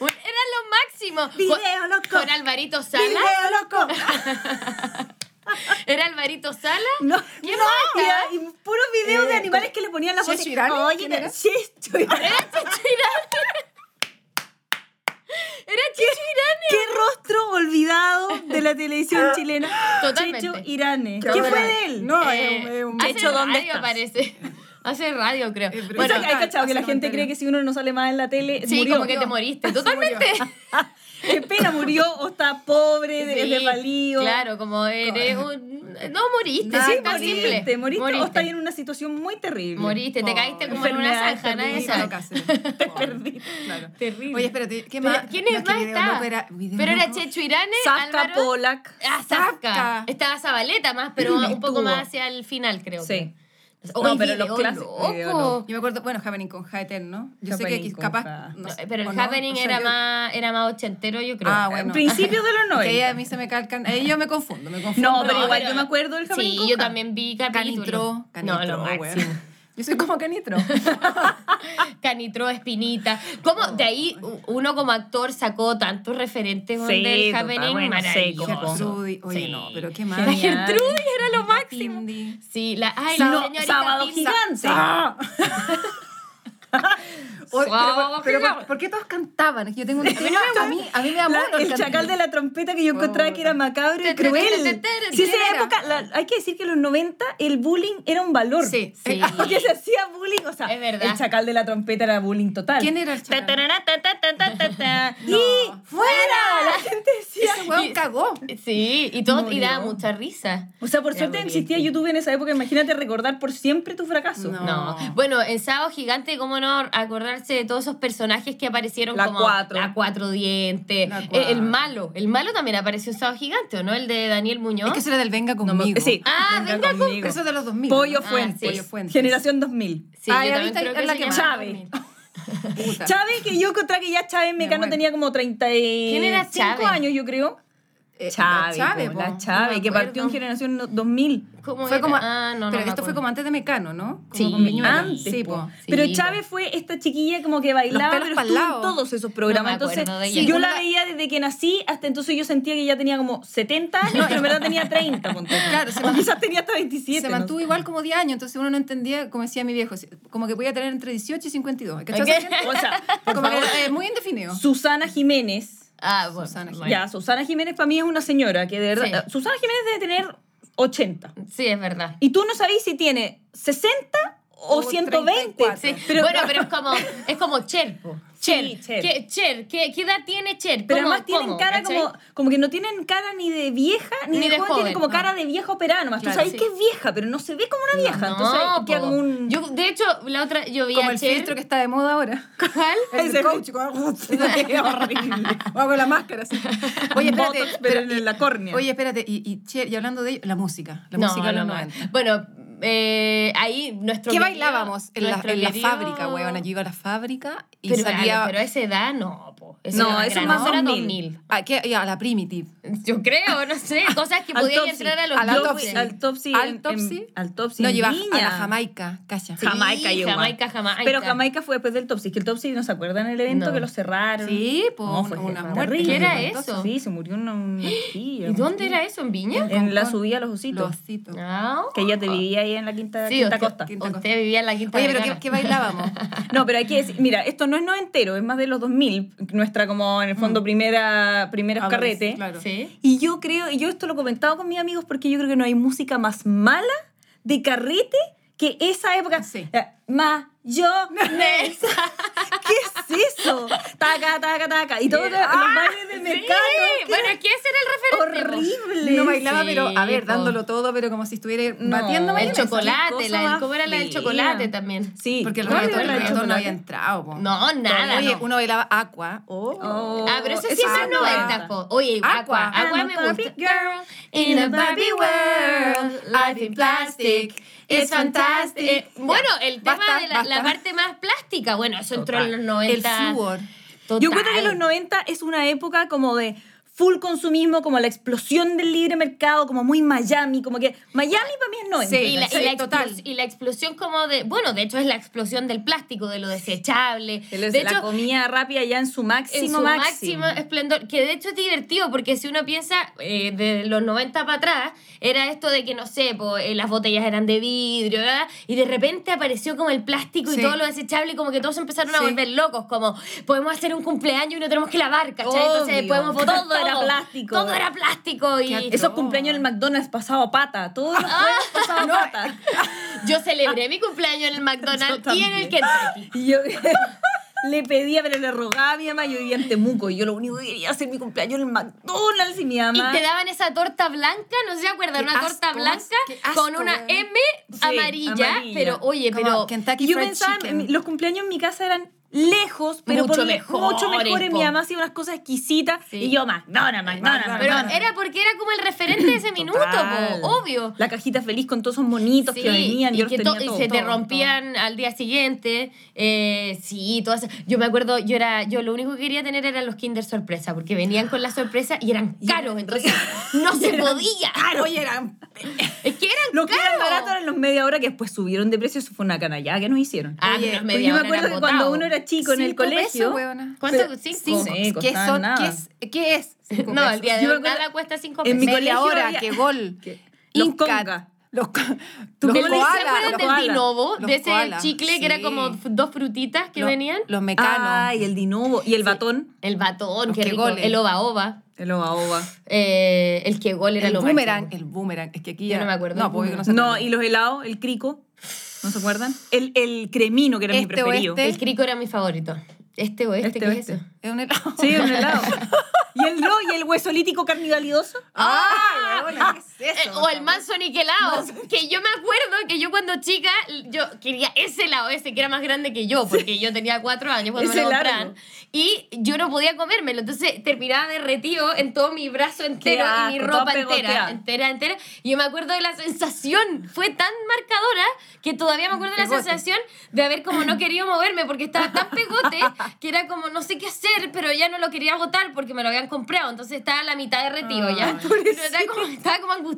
S3: Bueno, era lo máximo.
S2: Video
S3: Con-
S2: loco.
S3: Con Alvarito Sala.
S2: Video loco.
S3: Era Alvarito Sala.
S2: No,
S3: ¿Qué
S2: no,
S3: más?
S2: y, y puros videos de
S1: Eh,
S2: animales que le ponían la voz.
S1: ¿Chechirane?
S2: Oye,
S1: ¿Quién era?
S2: sí, estoy-
S3: Era Chichirane. Era Chichirane.
S2: Qué rostro olvidado de la televisión chilena.
S3: Totalmente.
S2: Checho Irane.
S1: Ah. Qué
S2: ¿Qué
S1: horror.
S2: fue de él?
S1: No, es un-
S3: Eh,
S1: es un...
S2: Ay,
S3: hace
S2: Checho, ¿dónde
S3: radio,
S2: estás?
S3: parece. Hace radio, creo.
S1: Eh, pero-
S3: Bueno,
S2: Eso que hay cachado que la
S1: hace
S2: gente
S1: comentario.
S2: cree que si uno no sale más en la tele,
S3: sí,
S2: murió.
S3: como que te moriste. Totalmente.
S2: Qué pena, murió o está pobre, de-
S3: Sí,
S2: desvalido.
S3: Claro, como eres un... No, moriste,
S1: Nada,
S3: sí,
S2: Sí,
S3: tan
S2: moriste,
S3: simple.
S2: moriste, o estás en una situación muy terrible.
S3: Moriste, te caíste como en una
S2: Enfermedades
S3: zanja, nadie
S2: terribles.
S3: sabe.
S1: Te perdí. Claro.
S3: Terrible.
S1: Oye, espérate, ¿qué
S3: Pero,
S1: más?
S3: ¿Quién
S1: No,
S3: es
S1: que
S3: más
S1: video
S3: está?
S1: loco era- video
S3: pero era
S1: loco.
S3: Checho Irane,
S2: Sasca
S3: Álvaro-
S2: Polak.
S3: Ah, Safka.
S1: Safka.
S3: Estaba Zabaleta más, pero
S2: Mm,
S3: un poco
S2: estuvo.
S3: más hacia el final, creo.
S2: Sí.
S3: que.
S2: No,
S3: Oye,
S2: pero los
S3: video
S2: clásicos, eh, video
S3: loco.
S1: Yo me acuerdo, bueno, Happening con Haeten, ¿no? Yo sé
S2: Happening
S1: que
S2: con
S1: capaz...
S2: Ja.
S1: no
S3: No,
S1: sé,
S3: pero el
S1: ¿o no?
S3: happening
S1: O sea,
S3: era,
S1: yo-
S3: más, era más ochentero, yo creo.
S1: Ah, bueno.
S2: Principios de los
S1: Que ahí
S2: 90.
S1: a mí se me calcan... Ahí yo me confundo, me confundo.
S2: No, pero
S3: No,
S2: igual
S3: pero-
S2: yo me acuerdo del Javier
S3: Sí, yo también vi capítulos.
S1: Canitro. Canitro,
S3: no, lo
S1: weón.
S3: máximo.
S1: Yo soy como Canitro.
S3: Canitro, Espinita. ¿Cómo de ahí u- uno como actor sacó tantos referentes
S2: Sí,
S3: weón, del
S2: total,
S3: happening?
S2: bueno, sí, como-
S3: maravilloso.
S1: Gertrude, Oye,
S3: Sí.
S1: no, pero qué
S3: La
S1: mal.
S2: Genial.
S3: Gertrude era lo máximo.
S1: Cindy.
S3: Sí, la, ay, la
S2: No,
S3: señorita
S2: sábado
S3: Pizza.
S2: gigante.
S1: ¡Ah! Oye,
S3: Suave,
S1: pero, pero
S3: claro.
S1: ¿por, por qué todos cantaban? Es que Yo tengo un tema, a mí, a mí me amó
S2: La- el chacal de la trompeta que yo encontraba que era macabro y
S3: Oh. Te, te, te, te,
S2: cruel.
S3: te, te,
S2: Si
S3: ¿quién
S2: esa
S3: era?
S2: época, la- hay que decir que en los 90 el bullying era un valor.
S1: Sí,
S3: sí.
S2: Porque se hacía bullying, o sea,
S3: Es verdad.
S2: el chacal de la trompeta era bullying total.
S1: ¿Quién era el
S3: Ta,
S1: chacal?
S3: tarara, ta, ta, ta, ta, ta, ta.
S2: ¡Y fuera! La gente decía...
S1: Ese huevón cagó.
S3: Sí, y todo y daba
S2: Murió.
S3: mucha risa.
S2: O sea, por
S3: Era
S2: suerte
S3: muy
S2: existía
S3: bien, sí.
S2: YouTube en esa época. Imagínate recordar por siempre tu fracaso.
S1: No.
S3: No. Bueno, en Sábado Gigante, cómo no acordarse de todos esos personajes que aparecieron
S2: La
S3: como
S2: Cuatro.
S3: la Cuatro Dientes, e-,
S1: La
S3: el-
S1: Cuatro.
S3: el malo. El malo también apareció en Sábado Gigante, ¿o no? El de Daniel Muñoz.
S1: Es que eso era del Venga
S2: No me-
S1: Conmigo.
S2: Sí.
S3: Ah, venga con-
S1: Pero Eso es de los 2000.
S2: Pollo,
S1: ¿no?
S3: Ah,
S2: Fuentes.
S1: sí. Pollo Fuentes.
S2: Generación 2000.
S3: Sí,
S1: Ah,
S3: yo
S1: ya
S3: también
S1: viste,
S3: creo que
S1: es la
S3: se
S1: que
S3: llamaba
S2: Chávez.
S3: también.
S1: Puta.
S2: Chávez, que yo encontré que ya Chávez Mecano
S1: muero.
S2: tenía como 35
S3: ¿Quién era Chávez?
S2: años, yo creo.
S1: Eh,
S2: Chávez,
S1: la
S2: po,
S1: Chávez,
S2: la
S1: po.
S2: Chávez,
S3: No me
S2: que partió en
S3: acuerdo.
S2: generación no- 2000.
S3: ¿Cómo
S1: Fue
S3: era?
S1: como,
S3: Ah, no, no
S1: pero
S3: me
S1: esto fue
S3: acuerdo.
S1: como antes de Mecano, ¿no? Como
S3: Sí,
S1: con Viñuela.
S2: Antes,
S1: Sí,
S2: po.
S1: po.
S3: Sí,
S2: Pero
S3: po.
S2: Chávez fue esta chiquilla como que bailaba,
S1: Los pelos
S2: pero
S1: pa'l
S2: estuvo en
S1: lado.
S2: todos esos programas.
S3: No me
S2: entonces,
S3: acuerdo de
S2: sí,
S3: ella.
S2: yo la
S1: Segunda-
S2: veía desde que nací hasta entonces yo sentía que ya tenía como 70 años, pero en verdad tenía 30. ponte.
S1: Claro, se
S2: O
S1: mantuvo-
S2: quizás tenía hasta 27.
S1: se
S2: no
S1: mantuvo igual como 10 años, entonces uno no entendía, como decía mi viejo, si- como que podía tener entre 18 y 52. ¿cachai?
S3: Ok.
S1: Esa gente-
S2: sé. O sea,
S1: Como que eh, muy indefinido.
S2: Susana Jiménez.
S3: Ah, bueno.
S1: Susana
S3: bueno.
S1: Jiménez.
S2: Ya, Susana Jiménez para mí es una señora que de verdad.
S3: Sí.
S2: Susana Jiménez debe tener 80.
S3: Sí, es verdad.
S2: Y tú no sabés si tiene 60 o,
S1: O
S2: 120.
S1: 34.
S3: Sí,
S2: Pero-
S3: bueno, pero es como, es como Cher, po. Cher,
S2: Sí, Cher.
S3: ¿Qué, Cher, ¿qué, qué edad tiene Cher?
S2: Pero
S3: ¿Cómo-
S2: además tienen
S3: cómo?
S2: cara
S3: ¿Cachai?
S2: como, como que no tienen cara ni de vieja ni, de, joven, tienen como
S3: no.
S2: cara de vieja operada nomás.
S3: ah. Claro,
S2: Tú sabes
S3: sí.
S2: que es vieja, pero no se ve como una vieja. Entonces
S3: No,
S2: queda
S3: po.
S2: como un.
S3: Yo, de hecho, la otra, yo vi
S1: Como
S3: a
S1: el
S3: Cher.
S1: filtro que está de moda ahora.
S3: ¿Cuál?
S1: El
S2: Ese-
S1: del coach. como-
S2: es horrible.
S1: O con la máscara, así. Oye, espérate.
S2: Botox, pero
S1: pero-
S2: en la córnea.
S1: Oye, espérate, y, y, che, y hablando de ello, la música, la música de los
S3: no, no.
S1: 90.
S3: Bueno, eh, ahí nuestro.
S1: ¿Qué
S3: querido-
S1: bailábamos? En la,
S3: nuestro
S1: en la
S3: querido-
S1: fábrica, weón. Yo iba a la fábrica y
S3: Pero,
S1: salía...
S3: claro, pero a esa edad no, po.
S2: No,
S3: era
S2: eso
S3: gran-
S2: más
S3: eso era
S2: 2000.
S3: 2000.
S1: ¿A, qué? Y a la Primitive.
S3: Yo creo, no sé. Cosas que
S2: Al
S3: podían
S2: Topsy.
S3: entrar a los
S1: A la
S2: Yo
S3: clubes.
S1: Topsy.
S2: fui Al Topsy.
S1: ¿Al
S2: en- en-
S1: Topsy?
S2: Al Topsy.
S1: no, lleva a
S2: niña.
S1: la Jamaica, calla.
S3: Sí,
S2: Jamaica llegó.
S3: Jamaica, Jamaica.
S2: Pero Jamaica fue después del Topsy, que el Topsy, ¿no se acuerdan el evento
S3: No.
S2: que lo cerraron?
S1: Sí, po,
S2: No,
S1: un-
S2: fue
S1: una
S2: terrible.
S1: muerte.
S3: ¿Qué era
S2: Espantoso.
S3: eso?
S2: Sí, se murió una, una tía.
S3: ¿Y dónde era eso? ¿En Viña?
S2: En la
S1: Concón.
S2: subida a los ositos.
S1: Los ositos.
S3: No.
S2: Que ella te vivía ahí en la quinta,
S3: Ah, Sí,
S2: quinta
S3: usted,
S2: costa.
S1: Quinta Costa.
S3: usted vivía en la quinta
S1: Oye, pero ¿qué,
S3: Vergara.
S1: qué bailábamos? Ah,
S2: No, pero hay que decir, mira, esto no es noventero, es más de los 2000, nuestra como en el fondo primera, primeros
S1: Mm. Ah,
S2: carretes.
S1: claro.
S3: Sí.
S2: Y yo creo, y yo esto lo he comentado con mis amigos porque yo creo que no hay música más mala de carrete que esa época.
S1: Sí.
S2: Eh, Más yo, Nessa. ¿Qué es eso? Taca, taca, taca. Y todos los
S1: Ah,
S2: los bailes del mercado.
S3: Sí, bueno, es que ese era el referente. po.
S2: horrible.
S1: No bailaba,
S3: Sí,
S1: pero a ver,
S3: po.
S1: dándolo todo, pero como si estuviera
S2: No,
S1: batiendo
S2: el
S3: El
S1: mayonesa.
S3: chocolate,
S2: cosa
S3: la del,
S2: más
S3: ¿cómo era la del
S2: fea.
S3: chocolate también?
S2: Sí,
S1: Porque el
S3: ¿Cuál
S1: reggaetón,
S3: era
S1: el
S3: la de
S1: reggaetón no
S2: chocolate?
S1: había entrado. po.
S3: No, nada.
S1: Oye,
S3: no.
S1: uno bailaba Aqua. Oh.
S2: Oh.
S3: Ah, pero eso sí
S1: Esa
S3: es más
S1: Aqua.
S3: 90, po. Oye, Aqua.
S1: Aqua.
S3: Aqua
S2: I'm
S3: me
S2: a Barbie
S3: gusta.
S2: girl in a Barbie world.
S1: Life in plastic is fantastic.
S3: Eh, bueno, el tema
S1: Basta,
S3: de la, la
S1: basta.
S3: parte más plástica, bueno, eso entró en los
S1: El
S3: 90.
S1: flúor.
S3: Total.
S2: Yo encuentro que los 90 es una época como de full consumismo, como la explosión del libre mercado, como muy Miami, como que Miami para mí es 90.
S1: Sí.
S3: y la, y la
S1: Sí, total.
S3: explos- y la explosión como de, bueno, de hecho es la explosión del plástico, de lo desechable.
S2: De
S3: de
S2: la
S3: hecho,
S2: comida rápida ya en su máximo
S3: en su
S2: máximo.
S3: máximo esplendor, que de hecho es divertido porque si uno piensa eh, de los 90 para atrás, era esto de que no sé, po, eh, las botellas eran de vidrio, ¿verdad? y de repente apareció como el plástico y
S1: Sí.
S3: todo lo desechable y como que todos empezaron a
S1: Sí.
S3: volver locos, como podemos hacer un cumpleaños y no tenemos que lavar, ¿cachai? Entonces
S2: Obvio.
S3: podemos botar
S2: Todo
S3: todo,
S2: era plástico.
S3: Todo era plástico y...
S1: Qué
S2: Esos
S1: No.
S2: cumpleaños en el McDonald's pasado a pata, todos los juegos pasado a pata.
S3: Yo celebré mi cumpleaños en el McDonald's y en el
S2: también.
S3: Kentucky.
S2: Y yo le pedía, pero le rogaba a mi mamá, yo vivía en Temuco, y yo lo único que quería hacer mi cumpleaños en el McDonald's y mi mamá.
S3: Y te daban esa torta blanca, no sé si acuerdan,
S1: Qué
S3: una torta
S1: asco,
S3: blanca
S1: qué asco,
S3: con una
S1: weón.
S3: M
S2: Sí,
S3: amarilla,
S2: amarilla.
S3: Pero oye,
S1: Como
S3: pero.
S1: Kentucky
S2: Y yo
S1: Fried
S2: pensaba,
S1: Chicken.
S2: mi- los cumpleaños en mi casa eran lejos, pero
S3: Mucho
S2: por lo-
S3: mejores,
S2: mucho mejores.
S3: po.
S2: Mi mamá hacía unas cosas exquisitas
S3: Sí.
S2: y yo, McDonald's, McDonald's,
S1: McDonald's.
S3: Pero
S2: McDonald's.
S3: era porque era como el referente de ese minuto,
S2: Total.
S3: po, obvio.
S2: La cajita feliz con todos esos monitos
S3: Sí,
S2: que venían.
S3: y,
S2: yo los
S3: que
S2: tenía
S3: to- y
S2: todo,
S3: se te
S2: todo,
S3: rompían al día siguiente. eh, sí, todas. Yo me acuerdo, yo era, yo lo único que quería tener eran los Kinder sorpresa, porque venían con la sorpresa y eran
S2: Y
S3: caros,
S2: eran
S3: entonces no se podía.
S1: Oye, eran.
S3: Es que eran
S2: Los que eran
S3: caros.
S2: baratos eran los media hora que después subieron de precio. Eso fue una canallada que nos hicieron.
S3: Ah,
S1: Oye,
S3: pero
S2: Porque
S3: media
S2: yo me
S3: hora
S2: acuerdo
S3: eran
S2: que cuando
S3: botados.
S2: uno era chico en el
S1: Cinco pesos,
S2: colegio.
S1: huevona.
S3: ¿Cuánto?
S2: Pero-
S3: ¿Cinco?
S2: Sí,
S1: ¿Qué,
S2: costaban
S1: son,
S2: nada.
S1: ¿qué, es, ¿Qué es? Cinco
S3: No, el
S1: pesos.
S3: día de
S2: Yo me
S3: hoy
S2: acuerdo-
S3: nada cuesta cinco
S2: en
S3: pesos.
S1: Mi
S2: mi colegio
S1: colegio ahora,
S2: había-
S1: qué gol.
S2: ¿Qué? Los
S1: Inca.
S2: conga.
S1: Los co- tu-
S2: Los
S1: los
S3: ¿Se
S2: koala,
S3: acuerdan
S2: los
S3: del
S2: koala.
S3: Dinobo?
S1: Los
S3: De ese
S1: koala,
S3: chicle que era
S1: sí.
S3: como f- dos frutitas que
S1: los-
S3: venían.
S1: Los mecanos.
S2: Ay, el dinobo. Y el batón.
S3: El batón,
S1: Los
S3: qué
S1: que
S3: rico.
S1: goles.
S3: El oba oba.
S2: El oba oba.
S3: Eh, el que gol era
S1: el
S3: lo
S1: boomerang.
S3: máximo.
S1: El boomerang. Es que aquí
S3: Yo
S1: ya.
S3: no me acuerdo del
S1: No, porque no se
S2: No,
S1: acuerda.
S2: y los helados, el crico. ¿No se acuerdan? El, el cremino, que era mi
S1: Este o
S2: preferido.
S1: este.
S3: El crico era mi favorito. Este o este,
S2: Este
S3: ¿qué
S2: o
S3: es
S2: este.
S3: eso?
S1: Es un helado.
S2: Sí, un helado. ¿Y el no? ¿Y el hueso lítico carnivalidoso?
S1: ¡Ay, huevona! ¿Qué es
S3: Eh,
S1: eso?
S3: o el manso niquelado. Que yo me acuerdo que yo cuando chica, yo quería ese helado, ese que era más grande que yo, porque yo tenía cuatro años cuando
S2: Ese
S3: me lo
S2: largo.
S3: compraron. Y yo no podía comérmelo. Entonces terminaba derretido en todo mi brazo entero y mi
S2: asco, toda
S3: ropa entera.
S2: pegoteada.
S3: Entera, entera. Y yo me acuerdo de la sensación. Fue tan marcadora que todavía me acuerdo de la
S1: Pegote.
S3: sensación de haber como no querido moverme porque estaba tan pegote que era como no sé qué hacer, pero ya no lo quería agotar porque me lo habían comprado. Entonces estaba a la mitad derretido
S2: Ah,
S3: ya. Pero estaba como, estaba como angustiada.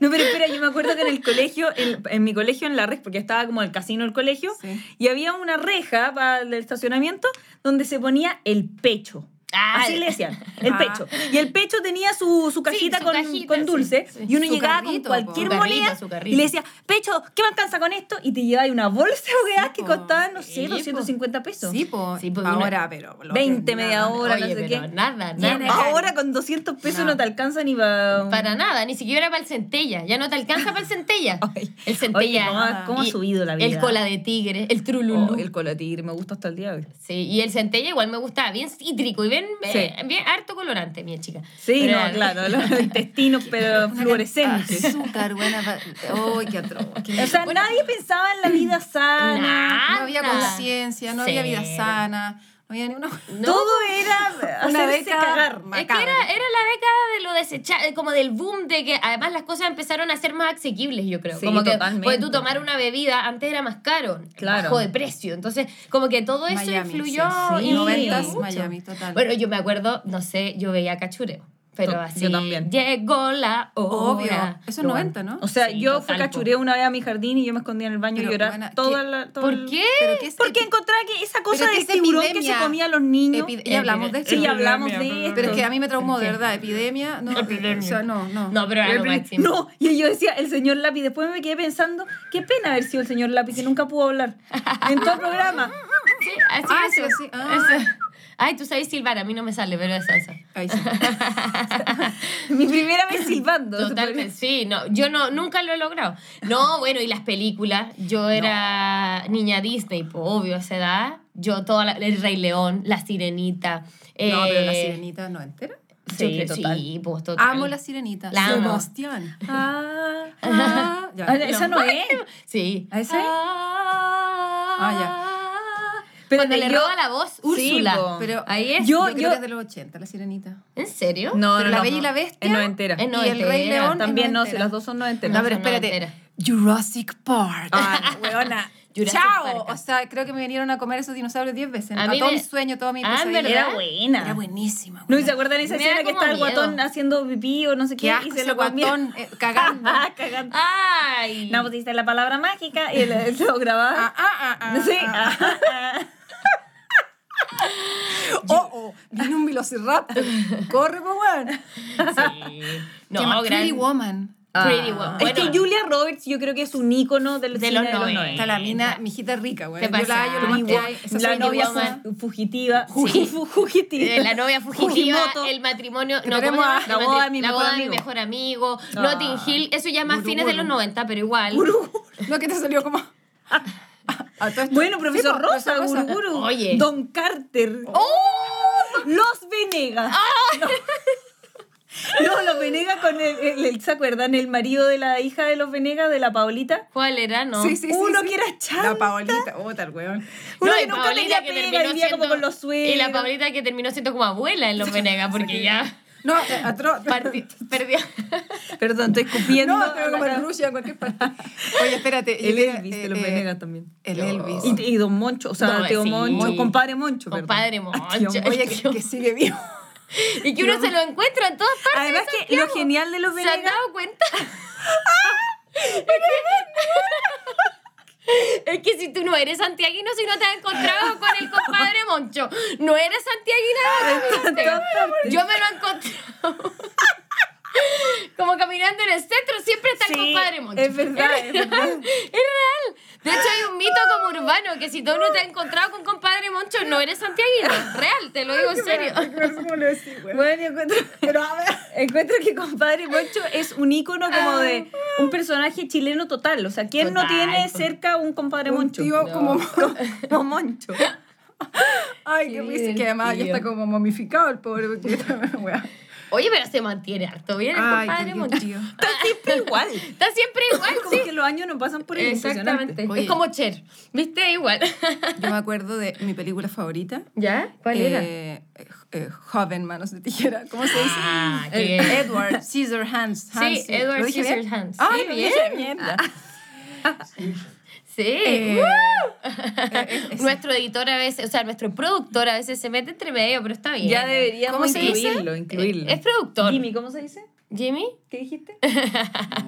S2: No, pero espera, yo me acuerdo que en el colegio, en, en mi colegio, en la red, porque estaba como el casino del colegio,
S1: Sí.
S2: y había una reja para el estacionamiento donde se ponía el pecho.
S3: Ah,
S2: Así le decían, el
S1: Ah.
S2: pecho. Y el pecho tenía su, su cajita,
S3: su
S2: con,
S3: cajita,
S2: con
S3: sí,
S2: dulce.
S3: sí.
S2: Y uno
S1: Su
S2: llegaba
S1: carrito,
S2: con cualquier
S3: po. Su carrito,
S2: moneda
S3: su
S2: y
S3: carrito.
S2: le decía, Pecho, ¿qué me alcanza con esto? Y te llevaba una bolsa de hueás que
S1: po.
S2: costaban, no
S3: Sí,
S2: sé,
S3: po.
S2: 250 pesos.
S1: Sí, pues.
S3: Sí, po, una-
S1: ahora, pero. lo que-
S2: 20, media
S1: nada.
S2: hora,
S3: Oye,
S2: no sé
S3: pero
S2: qué.
S3: nada,
S2: Y en-
S1: Tiene-
S3: nada.
S2: ahora con 200 pesos no,
S1: No.
S2: te alcanza ni para...
S3: Para nada, ni siquiera para el centella. Ya no te alcanza para el centella.
S2: Ay.
S3: el
S2: Oye,
S3: centella.
S2: ¿cómo, ha- cómo ha
S3: Y
S2: subido la vida?
S3: El cola de tigre, el trululú.
S2: Oh, el colatir, me gusta hasta el día de hoy.
S3: Sí, y el centella igual me gustaba, bien cítrico y bien,
S2: Sí.
S3: eh, bien harto colorante, mi chica.
S2: Sí,
S3: Pero
S2: no,
S3: era-
S2: claro, los intestinos, pero
S1: Una
S2: fluorescentes.
S1: cantidad de Azúcar, buena. pa- ¡Ay, qué atroz! qué
S2: O sea, nadie pensaba en la vida sana.
S3: Nada.
S1: No había conciencia, no había vida
S3: Cero.
S1: sana, no había ni una.
S3: No.
S2: Todo era
S1: Una
S2: hacerse
S1: década
S2: cagar.
S1: más.
S3: Es que era,
S1: macabro.
S3: era la década de lo desechable, como del boom de que además las cosas empezaron a ser más asequibles, yo creo.
S2: Sí,
S3: como que
S2: totalmente.
S3: pues, tú tomar una bebida antes era más caro,
S2: Claro.
S3: bajo de precio. Entonces, como que todo eso
S1: Miami,
S3: influyó.
S1: sí,
S2: sí,
S3: y-
S1: noventas,
S2: mucho.
S1: Miami, total.
S3: Bueno, yo me acuerdo, no sé, yo veía cachureo. Pero
S2: To-
S3: así.
S2: yo también.
S3: Llegó la
S1: Obvio.
S3: hora.
S1: Eso es
S3: Pero
S1: 90, ¿no?
S2: O sea,
S3: Sí,
S2: yo
S3: total,
S2: fui
S3: po.
S2: cachureo una vez a mi jardín y yo me escondía en el baño
S1: Pero,
S2: a llorar
S1: buena,
S2: toda
S1: ¿qué-
S2: la- todo
S3: ¿Por
S2: el-
S3: qué?
S1: Pero que es
S2: Porque
S1: epi-
S2: encontraba que esa cosa
S1: Pero que
S2: del
S1: es
S2: tiburón que
S1: epidemia.
S2: se comía a los niños.
S1: epi- ya hablamos de esto.
S2: Sí, ya hablamos de esto.
S1: Pero es que a mí me traumó, de verdad. Epidemia, no.
S3: Epidemia.
S1: O sea, no, no.
S3: No, pero era lo
S2: Pero el-
S3: máximo.
S2: No, y yo decía, el señor Lápiz. Después me quedé pensando, qué pena haber sido el señor Lápiz, que nunca pudo hablar en todo el programa.
S3: Sí, así
S1: Ah,
S3: eso.
S1: sí, sí. Ah.
S3: eso. Ay, tú sabes silbar, a mí no me sale, pero es salsa.
S1: Ahí sí.
S2: Mi primera vez silbando.
S3: Totalmente, sí, no, yo no, nunca lo he logrado. No, bueno, y las películas, yo era niña Disney, pues, obvio, a esa edad, yo toda la- el Rey León, la Sirenita.
S1: No, pero la
S3: eh,
S1: sirenita no entera.
S3: Sí,
S2: Sí, total.
S3: sí, pues total.
S1: Amo la sirenita.
S3: La amo.
S1: Sebastián.
S2: Ah,
S1: Ah, ya.
S2: ah, esa no es.
S3: Sí.
S2: ¿A ese?
S3: Ah, ya.
S2: Ah, Pero
S3: Cuando
S2: de-
S3: le
S2: yo-
S3: roba la voz,
S2: Sí,
S3: Úrsula.
S2: po.
S1: Pero
S3: Ahí es.
S1: Yo,
S2: Yo-
S1: creo
S2: yo-
S1: que es de los 80, la sirenita.
S3: ¿En serio?
S2: No,
S1: Pero
S2: no,
S1: la
S2: no,
S1: Bella y
S2: no.
S1: la Bestia
S2: Es no entera.
S3: Es
S1: y el Rey
S3: noventera.
S1: León. es
S2: También no, si
S1: noventera.
S2: las dos son no
S1: No,
S2: enteras.
S3: No,
S1: pero
S3: son
S1: espérate.
S3: noventeras.
S1: Jurassic Park.
S2: Ah,
S1: weona.
S3: Jurassic
S1: Chao.
S3: Park.
S1: O sea, creo que me vinieron a comer esos dinosaurios 10 veces.
S3: A
S1: A,
S3: mí
S1: todo
S3: me-
S1: un sueño, todo mi
S3: Ah, ¿en
S1: pesadilla.
S3: verdad?
S2: Era buena.
S1: Era buenísima.
S2: No,
S1: weona.
S2: ¿y se acuerdan de esa
S3: Me
S2: escena
S3: da
S2: que
S3: como
S2: está el
S3: miedo.
S2: guatón haciendo pipí o no sé qué?
S1: Qué asco ese
S2: comía?
S1: guatón eh, cagando.
S2: Ah, cagando.
S3: Ay.
S2: No pusiste la palabra mágica y lo, lo grababa.
S1: Ah, ah, ah, ah,
S2: sí.
S1: ah. Oh, oh, viene un velociraptor. Corre, pues, weón.
S3: Sí.
S1: Se llama
S3: No,
S1: Pretty
S3: gran.
S1: Woman.
S3: Pretty
S2: Ah.
S3: Woman.
S2: Es que
S3: Bueno.
S2: Julia Roberts yo creo que es un ícono del
S3: De
S2: cine
S3: los
S2: de los
S3: 90.
S2: 90.
S1: Está la mina, mi hijita rica, güey.
S3: Te
S1: Yo la hallo lo más que hay. Esa
S2: la
S1: soy yo,
S2: novia
S1: güey.
S3: Woman.
S2: fu- fugitiva.
S3: Sí.
S2: Fu- fugitiva.
S3: Eh, la novia fugitiva,
S2: Fujimoto.
S3: el matrimonio, no,
S1: Tenemos
S3: ¿cómo se
S2: a-
S3: llama? El
S2: la
S3: matri-
S2: boda de mi mejor
S3: la boda de mi
S2: amigo.
S3: mejor amigo,
S2: Ah.
S3: Notting Hill, eso ya más
S1: Guru,
S3: fines de los
S1: guru.
S3: 90, pero igual.
S1: No, que te salió como... A todo esto.
S2: Bueno,
S1: Sí,
S2: profesor
S1: po,
S2: Rosa,
S1: profesor Rosa. Oh.
S2: Guruguru.
S3: Oye.
S2: Don Carter. Los Venegas. No. No, los Venegas con el, el- el- ¿se acuerdan? El marido de la hija de los Venegas, de la Paulita.
S3: ¿Cuál era? No.
S1: Sí, sí, sí.
S2: Uno
S1: sí.
S2: que era chanta.
S1: La Paolita. Oh, tal, weón.
S2: Uno
S3: No,
S2: que
S3: y
S2: nunca
S3: Paulita
S2: tenía
S3: que
S2: pega
S3: terminó
S2: y vivía como
S3: siendo-
S2: con los sueños.
S3: Y la Paulita que terminó siendo como abuela en Los Venegas, porque ya
S1: No, eh, a tro...
S3: parti- perdió.
S2: Perdón, estoy escupiendo.
S1: No, te veo
S2: a la
S1: como en
S2: cara.
S1: Rusia, en cualquier parte. Oye, espérate. yo
S2: el
S1: quería,
S2: Elvis
S1: eh,
S2: de los
S1: eh,
S2: Venegas también.
S1: El Elvis.
S2: Y, y Don Moncho, o sea,
S3: No,
S2: Teo
S3: sí.
S2: Moncho, compadre Moncho. perdón.
S3: Compadre Moncho.
S1: Oye, que, que sigue vivo.
S3: y que uno se lo encuentra en todas partes.
S2: Además
S3: en
S2: que lo
S3: Santiago.
S2: genial de los
S3: ¿Se han
S2: Venegas
S3: dado cuenta? Es que si tú no eres santiaguino, si no te has encontrado con el compadre Moncho, no eres santiaguino.
S2: todas partes.
S3: Yo me lo he encontrado. Como caminando en el centro, siempre está el
S2: Sí,
S3: compadre Moncho.
S2: es verdad,
S3: Es
S2: es
S3: real,
S2: verdad.
S3: es real. De hecho, hay un mito como urbano que si tú no te has encontrado con compadre Moncho, no eres santiaguino. Real, te lo digo en serio.
S1: ¿Cómo lo decís, weón?
S2: Bueno, yo encuentro,
S1: Pero a ver.
S2: encuentro que compadre Moncho es un ícono como de un personaje chileno total. O sea, ¿quién no
S3: Total,
S2: tiene
S3: po.
S2: cerca un compadre
S1: Un
S2: Moncho?
S1: tío como...
S2: No, Moncho.
S1: Ay,
S2: Qué
S1: qué risa. Que además ya
S2: divertido.
S1: está como momificado el pobre. Porque está, weón.
S3: Oye, pero se mantiene harto bien el
S1: Ay,
S3: compadre
S1: qué
S3: Moncho.
S1: divertido.
S2: Está siempre igual.
S3: Está siempre igual,
S2: Como
S3: sí.
S2: que los años no pasan por el
S3: Exactamente.
S1: Oye.
S3: Es como Cher. ¿Viste? Igual.
S1: Yo me acuerdo de mi película favorita.
S3: ¿Ya? ¿Cuál era?
S1: eh, eh, joven manos de tijera. ¿Cómo se dice?
S3: Ah, qué-
S1: Eh, Edward Scissorhands.
S3: Sí,
S1: Hands,
S3: Edward
S1: ¿Lo dije bien?
S3: Scissorhands.
S1: Ah,
S3: Sí,
S1: lo
S3: bien.
S1: dije bien.
S3: Sí.
S1: Eh, eh,
S3: ¡Woo!
S1: eh, eh,
S3: Nuestro editor a veces, o sea, nuestro productor a veces se mete entre medio, pero está bien.
S2: Ya deberíamos
S3: ¿Cómo se dice?
S2: incluirlo, incluirlo.
S3: Eh, Es productor.
S2: Jimmy, ¿cómo se dice?
S3: ¿Jimmy?
S2: ¿Qué dijiste?
S3: Ah,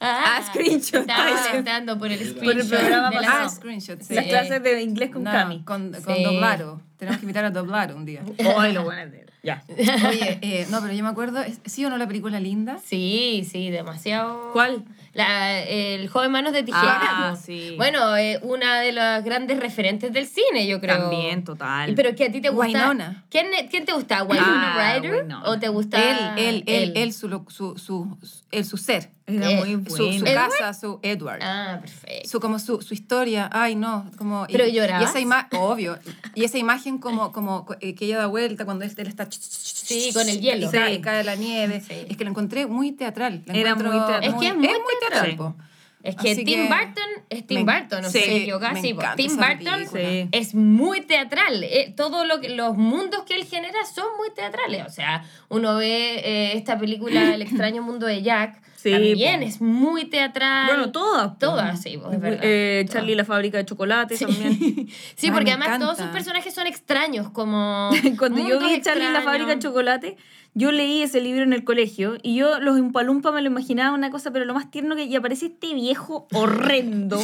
S2: Ah, screenshot.
S3: Estaba
S2: Ay, sí.
S3: comentando por el screenshot.
S2: programa
S3: de la-
S2: pasado.
S1: Ah, screenshot. sí.
S2: Las clases de inglés con
S1: No,
S2: Cami.
S1: Con, con
S3: Sí.
S1: Doblaro. Tenemos que invitar a Doblaro un día.
S2: Ay, lo bueno de- Ya.
S1: Oye, eh, no, pero yo me acuerdo, es- ¿sí o no la película linda?
S3: Sí, sí, demasiado.
S2: ¿Cuál?
S3: La, el joven manos de tijera.
S2: Ah,
S3: pues.
S2: sí.
S3: Bueno, eh, una de las grandes referentes del cine, yo creo.
S2: También, total.
S3: Y Pero que a ti te gusta.
S1: Winona.
S3: ¿Quién, quién te gusta? ¿Winona
S2: Ah,
S3: Ryder?
S2: Winona.
S3: ¿O te gusta?
S1: Él, él, él, él, su, lo- su, su, él, su ser.
S2: Era
S3: Eh,
S2: muy
S1: Su, su
S2: bueno.
S3: ¿Edward?
S1: casa, su Edward.
S3: Ah, perfecto.
S1: su como su, su historia ay no como y-
S3: ¿Pero
S1: y,
S3: llorabas?
S1: esa imagen obvio y esa imagen como como co- eh, que ella da vuelta cuando él, él está sí
S3: con el hielo.
S1: y cae,
S2: Sí.
S1: cae la nieve
S3: Sí.
S1: es que lo encontré muy teatral la
S2: Era
S1: encuentro
S2: muy teatral.
S3: Es que es muy
S1: teatral,
S2: teatral.
S1: po.
S3: Es que
S1: Así
S3: Tim
S1: que-
S3: Burton es Tim
S1: me-
S3: Burton, no
S1: sí,
S3: se equivoca,
S1: me
S3: sí, po.
S1: encanta
S3: Tim
S1: esa
S3: Burton
S1: película.
S2: Sí.
S3: es muy teatral. eh, todo lo que, los mundos que él genera son muy teatrales. O sea, uno ve eh, esta película El extraño mundo de Jack.
S2: Sí,
S3: también
S2: po.
S3: es muy teatral.
S2: Bueno, todas. po.
S3: Todas, sí, po, es verdad.
S2: Eh, Charlie y la fábrica de chocolates también.
S3: Sí,
S1: Ay,
S3: porque
S1: me
S3: además todos
S1: encanta.
S3: sus personajes son extraños, como.
S2: Cuando yo
S3: mundos
S2: vi Charlie y la fábrica de
S3: extraños.
S2: chocolates, yo leí ese libro en el colegio y yo los Umpalumpa me lo imaginaba una cosa, pero lo más tierno que. Y aparece este viejo horrendo,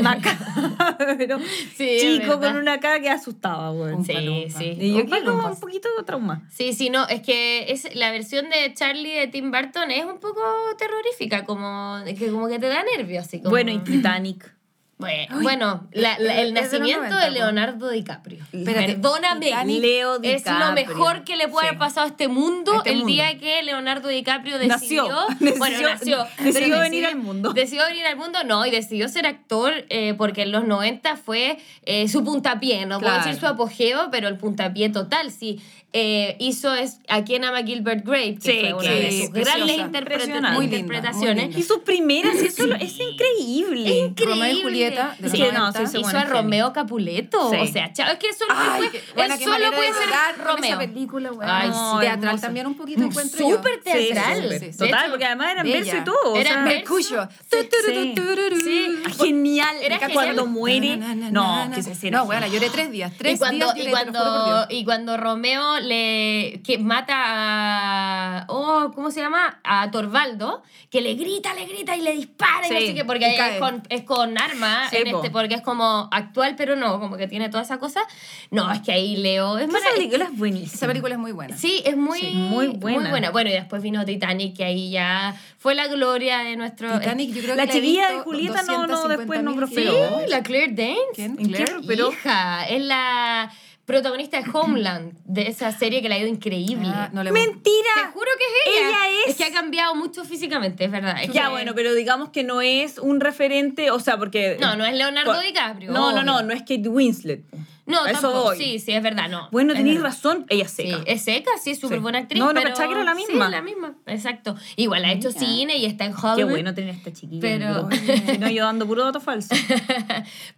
S2: macabro,
S3: Sí, es
S2: chico
S3: verdad.
S2: con una cara que asustaba, güey.
S1: Oompa
S3: Sí,
S1: Loompa.
S3: sí.
S2: Y yo
S3: Oompa
S2: quedé como
S3: Loompas.
S2: un poquito de trauma.
S3: Sí, sí, no, es que es, la versión de Charlie de Tim Burton es un poco terrorífica, como que, como que te da nervios, así como...
S2: Bueno, y Titanic.
S3: Bueno, bueno, la- la- el
S1: es de los
S3: nacimiento
S1: 90,
S3: de
S1: po.
S3: Leonardo DiCaprio.
S1: Espérate,
S3: Perdóname,
S1: Titanic,
S2: Leo
S3: es lo
S2: DiCaprio.
S3: mejor que le puede
S1: Sí.
S3: haber pasado a este mundo
S1: A este
S3: el
S1: mundo.
S3: día que Leonardo DiCaprio
S2: Nació.
S3: decidió,
S2: Decidió-
S3: bueno, nació,
S2: decidió
S3: pero
S2: venir al mundo.
S3: Decidió venir al mundo, no, y decidió ser actor eh, porque en los 90 fue eh, su puntapié, no
S1: Claro.
S3: puedo decir su apogeo, pero el puntapié total, sí. Eh, hizo es a quien ama Gilbert Grape, que
S2: Sí,
S3: fue una
S1: que
S3: de
S1: es
S3: sus
S1: preciosa.
S3: grandes interpreta-
S1: Muy
S2: Impresionante.
S1: linda, muy
S3: interpretaciones.
S1: linda.
S2: Y sus primeras, eso lo- es increíble.
S3: increíble.
S1: Romeo y Julieta, de
S2: los
S3: Sí, no,
S2: 90.
S3: soy- soy
S2: Hizo
S3: buena
S2: a
S3: en genio. Ah, Romeo Capuleto.
S2: Sí.
S3: O sea, chao, es que solo
S1: Ay,
S3: puede,
S1: qué- buena,
S3: él
S1: qué
S3: solo
S1: manera
S3: puede
S1: de
S3: ser
S1: llorar con
S3: Romeo.
S1: Esa película, weón.
S3: Ay,
S2: No,
S1: teatral
S2: hermosa.
S1: también un poquito encuentro yo.
S3: Súper teatral.
S1: Sí, sí, sí.
S3: De
S2: Total,
S3: hecho,
S2: porque además eran
S1: bella.
S2: verso y todo. o
S3: Eran
S2: sea,
S3: verso.
S1: Mercuyo.
S2: Sí, sí.
S1: Sí.
S2: Ah, Genial,
S3: Era
S2: era
S3: genial.
S2: cuando muere. No, que se hace
S1: No, bueno, lloré tres días. Tres
S3: Y cuando,
S1: días
S3: y,
S1: lloré, te lo juro por Dios.
S3: cuando, y cuando Romeo le que mata a. Oh, ¿Cómo se llama? A Torvaldo, que le grita, le grita y le dispara. y no
S2: Sí,
S3: sé qué,
S1: y
S3: porque es
S1: cae.
S3: con, es con arma,
S2: Sí,
S3: en
S2: po.
S3: este, porque es como actual, pero no, como que tiene toda esa cosa. No, es que ahí Leo. Es
S2: Esa
S3: maravilloso.
S2: película es
S1: Esa
S2: buenísima.
S1: película es muy buena.
S3: Sí, es muy,
S2: Sí, muy buena.
S3: Bueno, y después vino Titanic, que ahí ya fue la gloria de nuestro.
S1: Titanic, yo creo
S2: La
S1: que
S2: chiquilla
S1: he
S2: de
S1: visto
S2: Julieta no- no,
S1: 250.000
S2: después no
S1: veces.
S3: Sí,
S2: prosperó.
S3: la Claire Danes.
S1: ¿Quién?
S2: ¿En qué
S1: Claire.
S2: Pero-
S3: Hija, es la protagonista de Homeland, de esa serie que le ha ido increíble.
S1: Ah, no le
S3: Te
S2: Mentira.
S3: juro que es ella.
S2: Ella es-
S3: que ha cambiado mucho físicamente, es verdad. Es
S2: Ya,
S3: que-
S2: bueno, pero digamos que no es un referente, o sea, porque...
S3: No, no es Leonardo
S2: Co-
S3: DiCaprio.
S2: No, no, no,
S3: obvio.
S2: no es Kate Winslet.
S3: No,
S2: A eso
S3: tampoco.
S2: voy.
S3: Sí, sí, es verdad, no.
S2: Bueno,
S3: Es
S2: tenéis
S3: verdad.
S2: razón, ella es seca.
S3: Sí, es seca, sí, es súper
S2: Sí.
S3: buena actriz.
S2: No, no,
S3: pero...
S2: cachaba que era la
S3: Sí,
S2: misma.
S3: la misma, exacto. Igual ha hecho
S2: Mira.
S3: cine y está en Hollywood.
S2: Qué bueno tener a esta chiquilla. en
S3: Pero-
S2: el grupo. Si no, yo dando puro dato falso.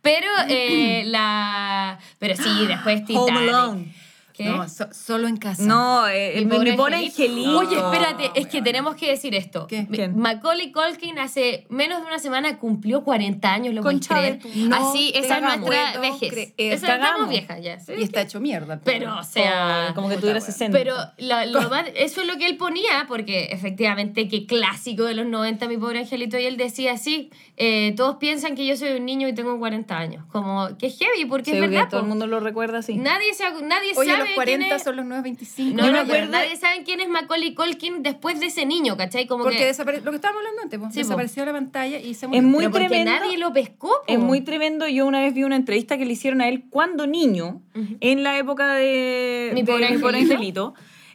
S3: Pero eh, la. Pero sí, después Titanic.
S2: Home Alone.
S3: ¿Qué?
S1: No, so- solo en casa.
S2: No, eh, el, mi pobre, angelito.
S3: Angelito. Oye, espérate, es que tenemos que decir esto.
S1: ¿Qué?
S3: Mi-
S2: ¿Quién?
S3: Macaulay Culkin hace menos de una semana cumplió 40 años, lo
S2: Concha
S3: podéis
S2: de
S3: creer.
S1: tu- No
S3: Así,
S1: te
S3: esa es nuestra
S1: puedo
S3: vejez.
S1: creer.
S3: Esa estamos
S2: Cagamos.
S3: viejas ya. ¿sí?
S1: Y está hecho mierda. pobre.
S3: Pero, o sea,
S2: como que
S1: puta
S2: tuviera
S1: wea.
S2: 60.
S3: Pero la- lo más- eso es lo que él ponía, porque efectivamente, qué clásico de los 90, mi pobre angelito, y él decía así, eh, todos piensan que yo soy un niño y tengo 40 años. Como, qué heavy, porque
S2: Sí,
S3: es
S2: porque
S3: verdad.
S2: todo el
S3: po.
S2: mundo lo recuerda así.
S3: Nadie, se, acu- nadie
S1: Oye, los
S3: sabe quién
S1: 40
S3: es-
S1: son los nuevos 25.
S3: No,
S2: Yo me
S3: no, pero
S2: acuerdo-
S3: nadie sabe quién es Macaulay Culkin después de ese niño, ¿cachai? Como
S1: Porque
S3: que...
S1: desapare- lo que estábamos hablando antes, pues,
S3: Sí, po.
S1: desapareció de la pantalla y se
S2: Es
S1: murió.
S2: muy
S3: Pero porque
S2: tremendo.
S3: nadie lo pescó. po.
S2: Es muy tremendo. Yo una vez vi una entrevista que le hicieron a él cuando niño, en la época de
S3: Mi
S2: de
S3: pobre
S2: angelito.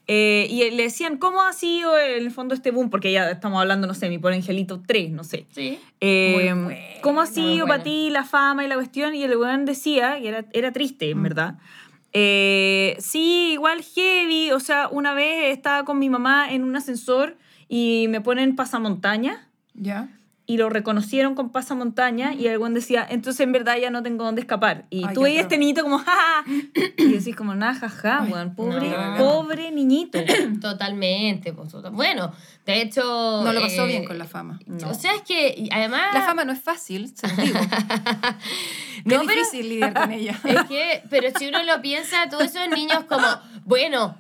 S2: Eh, y le decían, ¿cómo ha sido en el fondo este boom? Porque ya estamos hablando, no sé, mi pobre angelito 3, no sé.
S3: Sí.
S2: Eh,
S1: Muy buena,
S2: ¿Cómo ha
S3: muy
S2: sido
S3: buena.
S2: para ti la fama y la cuestión? Y el weón decía, y era, era triste, en verdad. eh, sí, igual heavy. O sea, una vez estaba con mi mamá en un ascensor y me ponen pasamontaña
S1: ¿Ya?
S2: y lo reconocieron con pasamontaña y el weón decía, entonces en verdad ya no tengo dónde escapar. Y
S1: Ay,
S2: tú
S1: qué
S2: veías
S1: atroz.
S2: este niñito como, jaja. y decís como, nah, jaja, weón, pobre,
S3: no.
S2: pobre niñito.
S3: Totalmente. po, total- Bueno, de hecho...
S1: No lo pasó
S3: eh,
S1: bien con la fama.
S2: No.
S3: O sea, es que y además...
S2: Ah.
S1: La fama no es fácil, se los digo.
S3: No,
S1: no, es
S3: pero-
S1: difícil lidiar con ella.
S3: Es que, pero si uno lo piensa, todos esos niños como, bueno,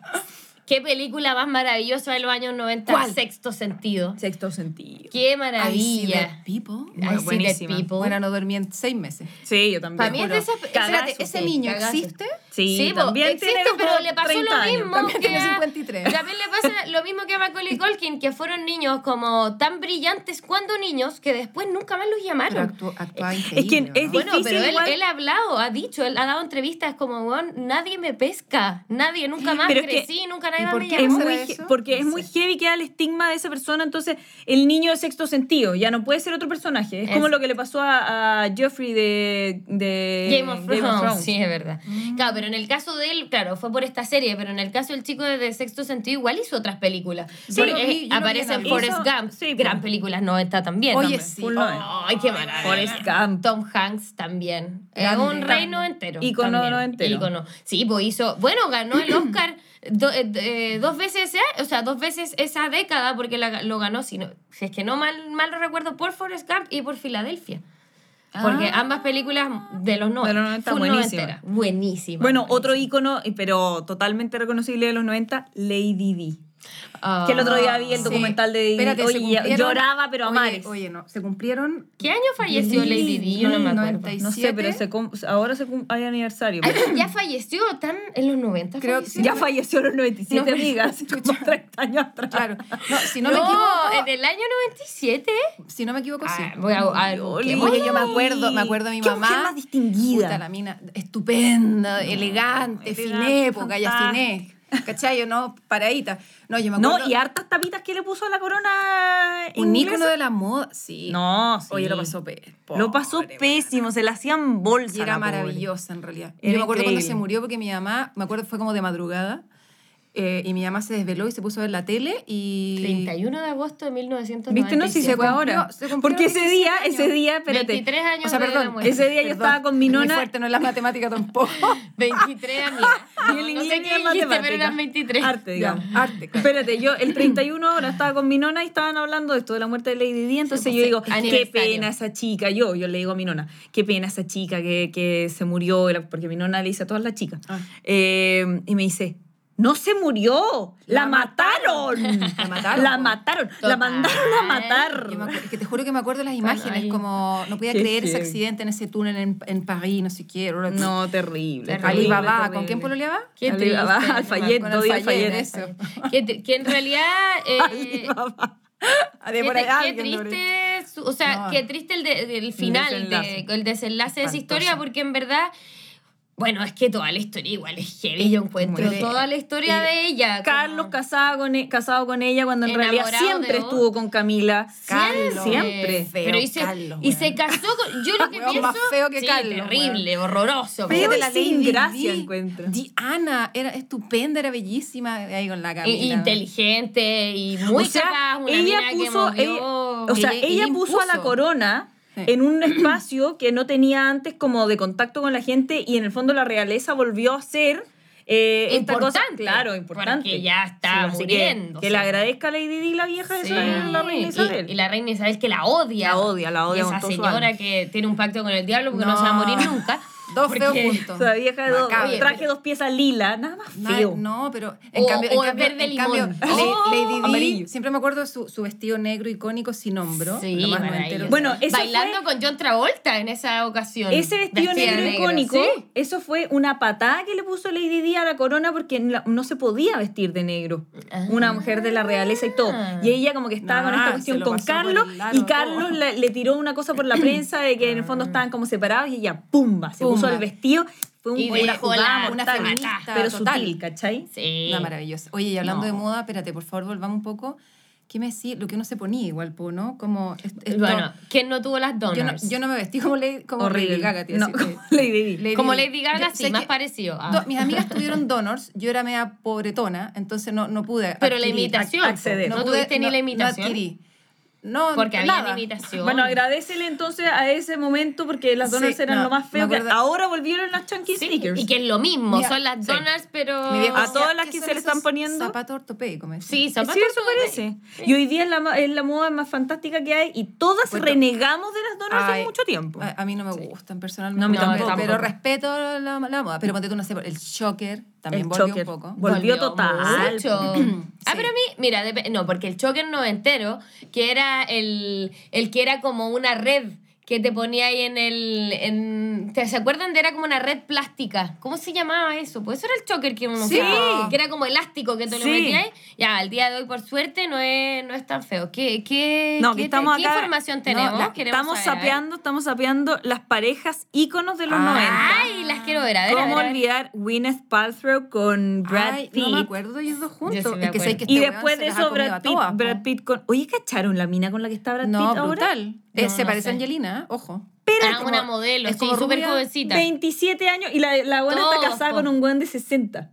S3: qué película más maravillosa de los años 90,
S1: ¿Cuál?
S3: Sexto Sentido.
S2: Sexto sentido.
S3: Qué
S1: Ay, sí,
S3: maravilla.
S1: Dead People.
S3: I See Dead
S2: Buenísima.
S3: People.
S1: Bueno, no dormí en seis meses.
S2: Sí, yo también.
S3: Para mí es de
S2: juro.
S3: esas...
S1: Espérate,
S3: Cagazo,
S1: ¿ese
S3: sí,
S1: niño
S3: cagazo.
S1: existe?
S2: Sí,
S3: Sí, po,
S2: también
S3: existe,
S2: tiene como
S3: pero le pasó
S2: 30
S3: lo
S2: años.
S3: mismo.
S1: También
S3: que
S1: tiene
S3: a-
S1: 53.
S3: También le pasa lo mismo que a Macaulay Culkin, que fueron niños como tan brillantes cuando niños que después nunca más los
S1: Pero
S3: llamaron.
S1: actúa, actúa increíble.
S2: es
S1: ¿no?
S2: difícil
S3: Bueno, pero él,
S2: igual.
S3: él ha hablado, ha dicho, él ha dado entrevistas como, "Weón, nadie me pesca, nadie, nunca más
S2: Pero es que-
S3: crecí, nunca nadie
S1: ¿y
S3: más
S1: por
S3: me
S1: qué
S2: es
S3: llamó".
S1: será
S2: muy
S1: eso?
S2: he- porque
S1: No
S2: es muy
S1: sé.
S2: heavy queda el estigma de esa persona entonces el niño de sexto sentido ya no puede ser otro personaje es como
S3: Es-
S2: lo que le pasó a, a Joffrey de, de
S3: Game of Thrones, sí, es verdad.
S1: Mm.
S3: Claro, pero en el caso de él, claro, fue por esta serie, pero en el caso del chico de, de Sexto Sentido igual hizo otras películas.
S1: Yo
S3: Por-
S1: lo vi,
S3: eh,
S1: yo lo vi
S3: aparece
S1: en
S3: en Forrest
S2: algo.
S3: Gump,
S2: Sí,
S3: gran
S2: pues.
S3: película 90 también.
S1: Oye,
S3: hombre.
S1: sí.
S2: Full
S1: oh,
S3: Ay, qué maravilla.
S2: Forrest Gump.
S3: Tom Hanks también. Es
S1: Grande.
S3: Eh, un reino entero.
S2: Ícono
S3: también.
S2: noventero.
S3: Ícono. Sí, pues hizo. Bueno, ganó el Oscar do- eh, d- eh, dos veces, ese a- o sea, dos veces esa década, porque la- lo ganó, si, no- si es que no mal, mal lo recuerdo, por Forrest Gump y por Filadelfia. Porque ambas películas de los
S2: Ah.
S3: 90.
S2: De los 90,
S3: full
S2: buenísima.
S3: noventera. Buenísima.
S2: bueno eh,
S3: buenísima.
S2: otro ícono pero totalmente reconocible de los 90 Lady D
S3: Ah.
S2: Que el otro día vi el
S1: Sí.
S2: documental de Didi.
S1: Espérate, se
S2: Oye,
S1: cumplieron-
S2: lloraba, pero a
S1: Oye,
S2: mares.
S1: Oye, no, se cumplieron.
S3: ¿Qué año falleció
S1: Didi,
S3: Lady Di? Yo no me acuerdo.
S1: 97.
S2: No sé, pero se cum- ahora se cum- hay aniversario.
S3: Ay, ya falleció, tan en los 90.
S1: Creo-
S3: falleció?
S2: ya falleció a los 97,
S3: No, pero-
S2: amigas. Como 30 años atrás.
S1: Claro. No, si no,
S3: no,
S1: me
S3: en
S1: equivoco.
S3: el año 97.
S1: Si no me equivoco,
S2: Pues
S1: sí.
S3: Ah, voy a- a-
S2: Oli.
S3: ¿qué?
S2: Ay,
S1: Oye, yo me acuerdo, me acuerdo de mi
S2: qué
S1: mamá.
S2: mujer más distinguida.
S1: Puta, la mina, estupenda, elegante,
S2: elegante,
S1: finé, porque ya
S2: fantástica.
S1: finé. ¿Cachai? Yo no, paradita. No, yo me acuerdo.
S2: No, y hartas tapitas que le puso a la corona
S1: un ícono
S2: inglesa.
S1: de la moda, sí.
S2: No, sí.
S1: Oye, lo pasó pe-
S2: Lo pasó
S1: pobre,
S2: pésimo, se le hacían bolsas.
S1: Y era maravillosa en realidad.
S2: Era
S1: yo me acuerdo cuando
S2: increíble.
S1: se murió porque mi mamá, me acuerdo fue como de madrugada, eh, y mi mamá se desveló y se puso a ver la tele y...
S3: 31 de agosto de 1997.
S2: ¿Viste? No, si se fue ahora.
S1: se cumplió
S2: Porque ese
S1: 16
S2: día,
S1: años.
S2: ese día, espérate.
S3: 23 años
S1: O sea,
S3: de la
S1: perdón,
S3: muerte.
S2: Ese día yo
S1: Perdón,
S2: estaba con mi
S1: es muy
S2: nona.
S1: fuerte, no es la matemática tampoco.
S3: 23, amiga. No,
S2: Ni el
S3: no
S2: inglés
S3: sé
S2: ni
S3: qué
S2: la
S3: dijiste, pero
S2: matemática.
S3: eran 23.
S2: Arte, digamos.
S1: Ya, arte, claro.
S2: Espérate, yo el 31 ahora estaba con mi nona y estaban hablando de esto de la muerte de Lady Di, entonces
S3: Sí, pues,
S2: yo digo,
S3: sí,
S2: qué
S3: aniversario.
S2: pena esa chica, yo, yo le digo a mi nona, qué pena esa chica que, que se murió, era- porque mi nona le dice a todas las chicas.
S1: Ah.
S2: Eh, y me dice, no se murió, la,
S1: La
S2: mataron.
S1: La mataron,
S2: La
S1: po.
S2: mataron, la
S3: Total.
S2: mandaron a matar.
S1: Yo me acuer- que te juro que me acuerdo de las imágenes,
S3: ahí.
S1: como no podía
S2: Qué
S1: creer ese
S2: heavy.
S1: accidente en ese túnel en, en París, no sé qué. bla, bla, bla.
S2: No, terrible.
S3: Terrible,
S1: Alibaba,
S2: terrible.
S1: ¿con quién pololeaba?
S3: Qué triste.
S2: Alibaba,
S3: Con
S2: Alfayet,
S1: Con
S2: doy
S1: Alfayet,
S2: Alfayet.
S1: eso.
S3: Que, tr- que en realidad. Eh,
S2: Alibaba.
S1: De por
S3: qué,
S1: ahí
S3: qué
S1: alguien, por ahí.
S3: triste, su- o sea,
S1: No.
S3: qué triste el, de- el final, de- el
S2: desenlace.
S3: desenlace, de esa
S2: Espantoso.
S3: historia, porque en verdad. Bueno, es que toda la historia igual es heavy, yo encuentro.
S1: Muere.
S3: Toda la historia
S1: Y
S3: de ella.
S2: Carlos
S3: como-
S2: casado con, e- casado con ella cuando en realidad
S3: Enamorado de
S2: siempre
S3: vos.
S2: estuvo con Camila.
S1: Carlos.
S2: Siempre.
S1: Feo
S3: Pero y se,
S1: Carlos,
S3: y
S1: weón.
S3: se casó con. Yo lo que
S1: Weón,
S3: pienso.
S1: más feo que
S3: sí,
S1: Carlos,
S3: Terrible,
S2: Feo
S3: horroroso. weón.
S1: Fíjate
S2: y
S1: la
S2: sin
S1: Lady
S2: gracia
S1: Di.
S2: encuentro.
S1: Diana era estupenda, era bellísima, ahí con la
S3: E-
S1: Camila.
S3: inteligente y muy
S2: o sea,
S3: capaz, una
S2: ella
S3: mina
S2: puso,
S3: que movió.
S2: ella- o sea,
S1: Ella-
S2: ella,
S1: ella
S2: puso a la
S1: impuso.
S2: corona
S1: Sí.
S2: en un espacio que no tenía antes como de contacto con la gente y en el fondo la realeza volvió a ser eh, esta cosa-
S3: Importante,
S2: claro, importante.
S3: porque ya está
S2: así que-
S3: muriendo,
S2: Que,
S3: o
S2: le
S3: sea.
S2: agradezca a Lady Di la vieja de
S3: Sí.
S2: esa- la reina
S3: Y-
S2: Isabel.
S3: Y, la reina Isabel que la odia.
S2: La odia, la odia
S3: Y
S2: con
S3: esa
S2: todo su
S3: señora
S2: alma.
S3: que tiene un pacto con el diablo porque no,
S1: No.
S3: se va a morir nunca.
S1: Dos
S3: Porque-
S1: feos juntos.
S2: O sea, vieja de dos,
S1: Macabro.
S2: traje dos piezas lila, nada más
S1: Na-
S2: feo.
S1: No, pero en
S3: O-
S1: cambio,
S3: o
S1: en cambio,
S3: verde
S1: en cambio,
S3: limón.
S1: La-
S3: ¡Oh!
S1: Lady Di,
S2: Amarillo.
S1: siempre me acuerdo de su, su vestido negro icónico sin hombro.
S3: Sí,
S1: lo más
S3: maravilloso.
S1: noventero.
S2: Bueno, eso
S3: Bailando con John Travolta en esa ocasión.
S2: Ese vestido
S3: Vestida
S2: negro
S3: de
S2: icónico,
S3: Sí.
S2: eso fue una patada que le puso Lady Di a la corona porque la- no se podía vestir de negro.
S3: Ah.
S2: Una mujer de la realeza y todo. Y ella como que estaba con
S1: Nah, Ah,
S2: esta
S1: se
S2: cuestión
S1: lo
S2: con
S1: pasó por el
S2: Carlos
S1: largo
S2: y Carlos
S1: todo.
S2: la- le tiró una cosa por la prensa de que en el fondo estaban como separados y ella, ¡pumba! Se puso
S1: Pumba.
S2: el vestido. Fue un-
S3: Y
S2: una
S3: dejó
S2: jugada
S3: la-
S2: mortal,
S1: una feminista
S2: pero
S1: total.
S2: sutil, ¿cachai?
S3: Sí.
S1: Una maravillosa. Oye, y hablando
S2: No.
S1: de moda, espérate, por favor, volvamos un poco. ¿Qué me decís? Lo que uno se ponía igual, po, ¿no? Como. est- esto-
S3: Bueno, ¿quién no tuvo las
S1: yo no,
S3: donors?
S1: yo no me vestí como Lady, como
S2: Horrible.
S1: Lady Gaga, te iba a
S2: No,
S1: decir.
S2: como Lady Di.
S3: Como
S1: Di.
S3: Lady Gaga,
S1: Yo-
S3: sí,
S1: sé
S3: más
S1: que
S3: parecido. Ah.
S1: do- mis amigas tuvieron donors, yo era media pobretona, entonces no, no pude.
S3: Pero la
S1: adquirir.
S3: imitación.
S2: acceder.
S3: No,
S1: pude-
S3: tuviste ni la
S1: No
S3: imitación.
S1: adquirí. No,
S3: porque
S1: nada.
S3: había imitación.
S2: Bueno, agradecele entonces a ese momento porque las donuts
S1: Sí,
S2: eran
S1: no,
S2: lo más feo
S1: me
S2: que
S1: acuerdo-
S2: ahora volvieron las chunky
S3: Sí,
S2: sneakers.
S3: Y que es lo mismo,
S1: Mira,
S3: son las
S2: sí.
S3: donuts, pero.
S1: Mi viejo
S2: A
S1: decía,
S2: todas las
S1: ¿qué
S2: que
S1: son
S2: se le
S1: esos
S2: están poniendo?
S1: Zapato ortopédico, me decía.
S3: Sí, zapatos
S2: Sí, eso
S3: son-
S2: parece. Y hoy día es la, ma- es la moda más fantástica que hay y todas
S1: Bueno.
S2: renegamos de las donuts hace
S1: Ay,
S2: mucho tiempo.
S1: A, a mí no me gustan personalmente.
S2: No, a mí
S1: pero-
S2: tampoco.
S1: Pero respeto la, la moda. Pero ponte tú, no sé, el shocker también
S2: El
S1: volvió
S2: choker.
S1: un poco.
S2: Vol- Volvió total.
S3: mucho. Ah,
S1: Sí.
S3: pero a mí, mira, dep- no, porque el choker noventero, que era el, el que era como una red que te ponía ahí en el... En, ¿te- ¿Se acuerdan de? Era como una red plástica. ¿Cómo se llamaba eso? Pues eso era el choker que uno
S1: Sí.
S3: usaba, Que era como elástico que te
S2: Sí.
S3: lo metías ahí. Ya, al día de hoy, por suerte, no es, no es tan feo. ¿Qué, qué,
S2: No,
S3: qué,
S2: que estamos
S3: qué
S2: acá-
S3: información
S2: no,
S3: tenemos?
S2: la-
S3: Queremos
S2: estamos
S3: saber, a ver.
S2: sapeando, estamos sapeando las parejas íconos de los
S3: Ay, las quiero ver. A
S2: 90.
S3: ver, a
S2: ¿Cómo
S3: ver, a ver.
S2: olvidar Gwyneth Paltrow con Brad
S1: Ay,
S2: Pitt?
S1: No me acuerdo ellos dos juntos.
S3: Yo sí me
S1: es que sé
S3: acuerdo.
S1: que este
S2: y
S1: weón
S2: después
S1: se
S2: de
S1: las ha
S2: eso,
S1: comido
S2: Brad
S1: a
S2: Pitt,
S1: todas, po.
S2: Brad Pitt con... Oye, ¿cacharon la mina con la que está Brad
S1: No,
S2: Pitt ahora?
S1: brutal. Eh,
S3: No,
S1: se
S3: no
S1: parece
S3: sé.
S1: a Angelina, ojo.
S3: Ah, una modelo,
S1: es
S3: sí,
S1: como
S3: súper
S1: rubia,
S3: jovencita.
S2: 27 años y la, la buena está
S3: Todos,
S2: casada
S3: po.
S2: con un buen de 60.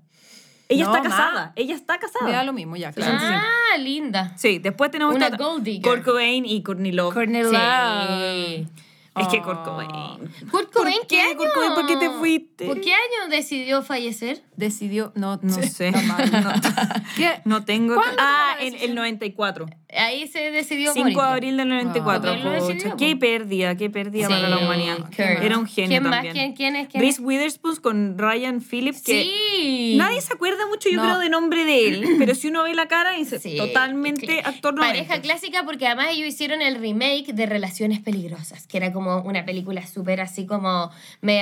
S2: Ella
S1: No,
S2: está casada,
S1: ma.
S2: ella está casada.
S1: Me da lo mismo ya, claro.
S2: Ah.
S3: Ah, linda.
S2: Sí, después tenemos
S3: Una
S2: esta-
S3: gold digger.
S2: Kurt Cobain y Courtney Love.
S1: Courtney
S2: Sí.
S1: Love.
S2: Es que
S1: Ah.
S2: Kurt Cobain.
S3: Kurt Cobain,
S2: ¿Por
S3: ¿qué
S2: qué,
S3: año?
S2: Kurt Cobain? ¿Por qué te fuiste?
S3: ¿Por qué año decidió fallecer?
S1: Decidió, no,
S2: No sé.
S1: está mal, no. ¿Qué?
S2: No tengo.
S1: ¿Cuándo
S2: Ah,
S1: tomó la
S2: en el
S1: decisión?
S2: 94.
S3: Ahí se decidió
S2: 5 de
S3: morir.
S2: abril del 94.
S1: Ah.
S3: Él lo decidió,
S2: pucha.
S3: po.
S2: Qué pérdida, qué pérdida
S3: Sí,
S2: para la humanidad.
S3: qué mal.
S2: Era un genio
S3: ¿Quién más?
S2: también.
S3: ¿Quién- quién es? ¿Quién
S2: Reese Witherspoon con Ryan Phillips, que
S3: Sí. Sí.
S2: Nadie se acuerda mucho, yo
S1: No.
S2: creo, de nombre de él, pero si uno ve la cara, dice
S3: Sí,
S2: totalmente
S3: cl-
S2: actor no
S3: Pareja clásica porque además ellos hicieron el remake de Relaciones Peligrosas, que era como una película súper así como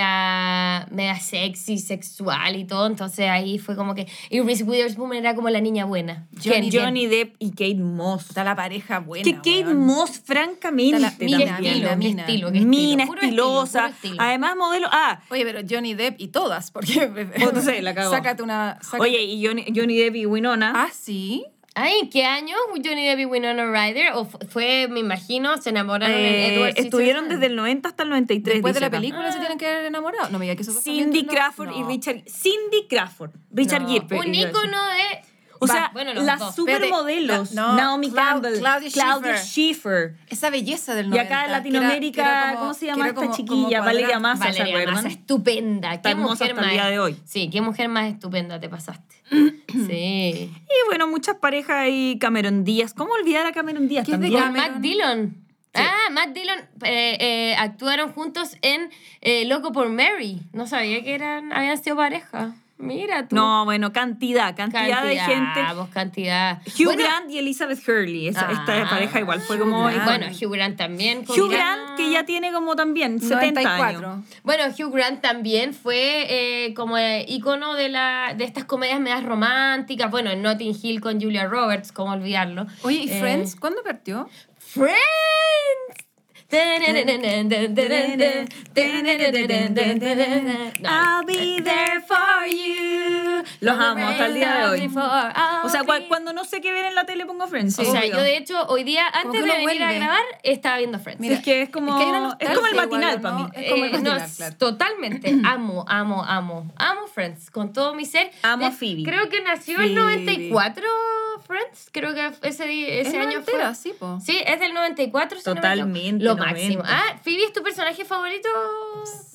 S3: mega, mega sexy, sexual y todo. Entonces ahí fue como que... Y Reese Witherspoon era como la niña buena.
S2: Johnny,
S3: ¿Quién?
S2: Johnny Depp y Kate Moss.
S1: Está la pareja buena.
S2: que Kate
S1: weón.
S2: Moss, francamente,
S1: Está la-
S3: Mi
S2: también.
S1: Mina,
S3: estilo,
S1: mina,
S3: mi
S1: mina.
S3: estilo, mi
S2: mina
S3: estilo, puro
S2: estilosa.
S3: estilo, puro estilo.
S2: Además, modelo. Ah,
S1: Oye, pero Johnny Depp y todas, porque.
S2: Oh, no sé, la cagó.
S1: Sácate una. sácate-
S2: oye, y Johnny, Johnny Depp y Winona.
S1: Ah, sí.
S3: Ay, ¿en qué año Johnny Depp y Winona Ryder? O fu- fue, me imagino, se enamoraron en
S2: eh,
S3: Edward
S2: estuvieron
S3: Scissorhands.
S2: desde el 90 hasta el 93.
S1: Después de
S2: dice
S1: la
S2: acá.
S1: película se tienen que haber enamorado. No me digas que eso
S2: Cindy Crawford y Richard. Cindy Crawford. Richard
S1: No,
S2: Gere.
S3: Un ícono de...
S2: O
S3: Va,
S2: sea,
S3: bueno, los
S2: las
S3: dos.
S1: Espérate,
S2: supermodelos.
S1: la- no,
S2: Naomi
S1: Clau-
S2: Campbell, Claudia
S1: Claudia
S2: Schiffer.
S1: Esa belleza del
S2: Y
S1: 90.
S2: acá en
S1: que era-
S2: Latinoamérica,
S1: que era
S2: ¿cómo se llama
S1: que era
S2: esta
S1: como- como
S2: chiquilla?
S1: cuadrada.
S2: Valeria Massa, ¿se
S3: Valeria
S2: acuerdan?
S3: Massa, estupenda.
S2: Está
S3: qué
S2: hermosa
S3: mujer
S2: hasta el
S3: más,
S2: día de hoy.
S3: Sí, qué mujer más estupenda te pasaste. sí.
S2: Y bueno, muchas parejas y Cameron Díaz. ¿Cómo olvidar a Cameron Díaz
S1: ¿Qué es de
S2: también?
S3: Con
S1: Cameron.
S3: Matt Dillon. Ah, Matt Dillon eh, eh, actuaron juntos en eh, Loco por Mary. No sabía que eran, habían sido pareja. Mira tú.
S2: No, bueno, cantidad, cantidad, de gente.
S3: vos, cantidad.
S2: Hugh
S3: Bueno,
S2: Grant y Elizabeth Hurley, esa, esta
S3: Ah,
S2: pareja igual fue
S1: Hugh
S2: como... ah.
S1: Grant.
S3: Bueno, Hugh Grant también. pues,
S2: Hugh
S3: combinado.
S2: Grant, que ya tiene como también 70 años.
S1: 94.
S3: Bueno, Hugh Grant también fue eh, como eh, ícono de, la, de estas comedias medias románticas. Bueno, en Notting Hill con Julia Roberts, cómo olvidarlo.
S1: Oye, ¿y
S3: Eh,
S1: Friends? ¿Cuándo partió?
S3: ¡Friends!
S2: I'll be
S3: eh,
S2: there for you. Los amo hasta el día de hoy. O sea, cua- cuando no sé qué ver en la tele pongo Friends.
S3: O sea,
S2: obvio.
S3: yo de hecho hoy día, antes
S1: que
S3: de
S1: uno
S3: venir a
S1: vuelve.
S3: grabar, estaba viendo Friends.
S1: Mira,
S2: es que es como-
S1: hay una
S2: es como el
S1: nostalgia igual,
S2: matinal
S1: ¿o
S2: pa'
S1: no?
S2: mí.
S1: Es como el
S3: Eh, no,
S1: matinal,
S3: s-
S1: claro.
S3: totalmente. Amo, amo, amo. Amo Friends con todo mi ser.
S2: Amo a
S3: Es-
S2: Phoebe.
S3: Creo que nació en
S1: Phoebe.
S3: 94 Friends. Creo que ese, di- ese
S1: Es
S3: año fue.
S1: noventera, sí, po.
S3: Sí, es del 94. si no me equivoco.
S2: Totalmente,
S3: Lo
S2: 90.
S3: máximo. Ah, Phoebe es tu personaje favorito.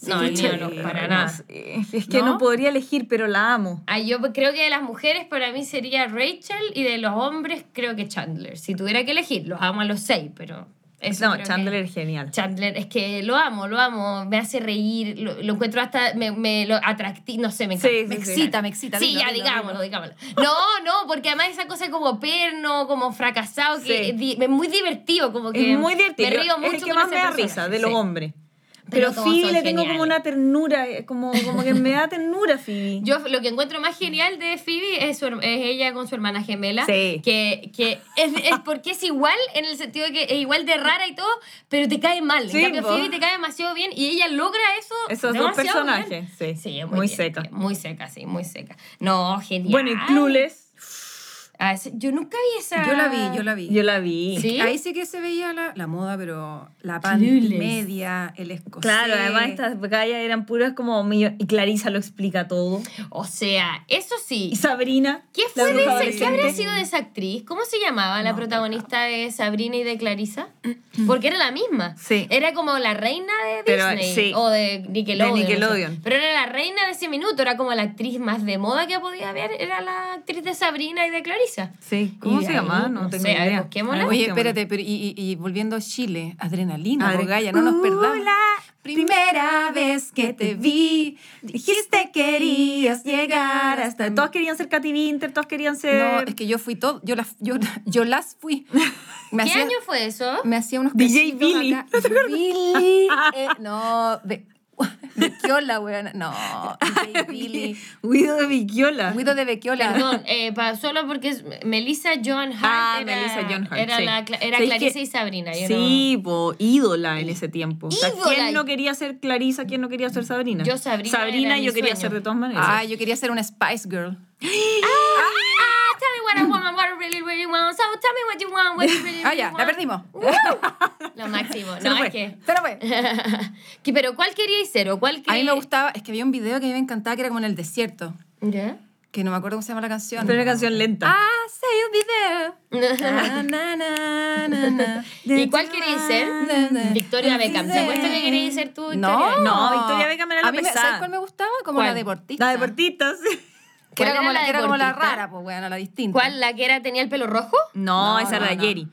S3: no, el mío no, para
S2: No
S3: nada.
S2: sé, Es que ¿No?
S3: ¿No?
S2: podría elegir, pero la amo.
S3: Ah, yo creo que de las mujeres para mí sería Rachel y de los hombres creo que Chandler. Si tuviera que elegir, los amo a los seis, pero... eso
S2: No,
S3: creo que-
S2: Chandler es genial.
S3: Chandler, es que lo amo, lo amo, me hace reír, lo, lo encuentro hasta, me, me lo atractivo, no sé, me encanta.
S2: Sí,
S1: Me
S2: sí, sí.
S1: excita, me excita.
S3: Sí,
S1: lindo,
S3: ya
S1: lindo,
S3: digámoslo,
S1: lindo.
S3: digámoslo. No, no, porque además esa cosa como perno, como fracasado, que
S2: Sí.
S3: es di- es muy divertido, como que
S2: Es muy divertido.
S3: Me río
S2: es
S3: mucho
S2: el que
S3: con
S2: más
S3: ese
S2: me da
S3: personaje,
S2: risa de
S3: sí.
S2: los hombres. Pero,
S3: Pero todos
S2: Phoebe
S3: son
S2: le tengo como
S3: geniales.
S2: una ternura, eh, como, como que me da ternura Phoebe.
S3: Yo lo que encuentro más genial de Phoebe es, su her- es ella con su hermana gemela.
S2: Sí.
S3: Que, que es, es porque es igual en el sentido de que es igual de rara y todo, pero te cae mal.
S2: Sí,
S3: en cambio,
S2: po.
S3: Phoebe te cae demasiado bien y ella logra eso.
S2: Esos dos
S3: demasiado bien.
S2: personajes, sí.
S3: Sí, es
S2: Muy
S3: bien,
S2: seca.
S3: bien, Muy seca, sí, muy seca. No, genial.
S2: bueno, y Clueless,
S3: Ah, ese- yo nunca vi esa.
S1: Yo la vi, yo la vi.
S2: yo la vi.
S3: Sí.
S1: Ahí sí que se veía la, la moda, pero la
S3: Clueless.
S1: panty media, el escocés.
S2: Claro, además estas gallas eran puras como... millo- Y Clarisa lo explica todo.
S3: O sea, eso sí.
S2: Y Sabrina.
S3: ¿Qué
S2: la
S3: fue de
S2: bruja
S3: esa- ¿Qué habrá
S2: adolescente.
S3: sido de esa actriz? ¿Cómo se llamaba la protagonista de Sabrina y de Clarisa? Porque era la misma.
S2: Sí.
S3: Era como la reina de
S2: Pero,
S3: Disney
S2: sí.
S3: o de Nickelodeon.
S2: De
S3: no sé.
S2: Nickelodeon.
S3: Pero era la reina de ese minuto, era como la actriz más de moda que podía haber, era la actriz de Sabrina y de Clarisa.
S2: Sí, ¿cómo
S3: Y
S2: se
S3: ahí,
S2: llamaba? No,
S3: no
S2: tengo
S3: sé, a ver,
S2: idea.
S3: busquémosla.
S1: Oye,
S2: Busquémosla.
S1: espérate, pero y, y- y volviendo a Chile, adrenalina,
S2: Adre-
S1: Bogaya, no nos perdamos.
S2: Uh, la
S1: primera vez que te vi, dijiste querías llegar hasta
S2: Todos querían ser Katy Winter, todos querían
S1: No,
S2: ser
S1: es que yo fui todo, yo las, yo, yo las fui. Me
S3: ¿Qué
S1: hacía-
S3: año fue eso?
S1: Me hacía unos
S2: DJ
S1: cachitos
S2: Billy.
S1: acá. Billy. eh, no, de, Bequiola, weón. No, DJ Billy.
S2: Guido de Viciola.
S1: Guido de Bequiola.
S3: Perdón, eh, pa- solo porque es Melissa John Hart.
S2: Ah,
S3: era,
S2: Melissa Joan Hart,
S3: Era,
S2: sí.
S3: la Cla- era
S2: ¿Sabéis
S3: Clarisa
S2: que-
S3: y Sabrina. yo
S2: Sí, po, ídola en ese tiempo. O sea,
S3: Ídola.
S2: ¿Quién no quería ser Clarisa? ¿Quién no quería ser Sabrina?
S3: Yo Sabrina
S2: Sabrina
S3: era
S2: yo
S3: mi
S2: quería
S3: sueño.
S2: ser de todas maneras.
S1: Ah, yo quería ser una Spice Girl.
S3: Ah, tell me what I want, what I really, really want. So tell me what you want, what you really,
S1: Ah,
S3: really
S1: ya, la
S3: want.
S1: perdimos.
S3: Lo máximo.
S2: Se
S3: No,
S2: nos
S3: es
S2: fue.
S3: que...
S1: Pero bueno.
S3: que- Pero ¿cuál queríais ser o cuál
S1: A mí
S3: queríais?
S2: Eh,
S1: me gustaba, es que había un video que a mí me encantaba que era como en el desierto,
S3: ¿Ya?
S1: que no me acuerdo cómo se llama la canción.
S2: Pero era una canción Ah. lenta.
S1: Ah, sí, un video. Na, na, na, na, na.
S3: ¿Y cuál queríais ser?
S1: Na, na.
S3: Victoria Beckham. ¿Se apuesta que queríais ser tú, Victoria?
S1: No,
S2: No, Victoria Beckham era la
S1: a mí me-
S2: pesada.
S1: ¿Sabes cuál me gustaba? Como
S3: ¿Cuál?
S1: la deportista.
S2: La deportista, sí.
S1: Que era
S3: ¿Cuál
S1: como
S3: era
S1: la,
S3: la
S1: que era como la
S3: deportista?
S1: rara, pues, bueno, la distinta.
S3: ¿Cuál? ¿La que era tenía el pelo rojo?
S1: No,
S2: No, esa era
S1: no,
S2: la
S1: no.
S2: Jerry.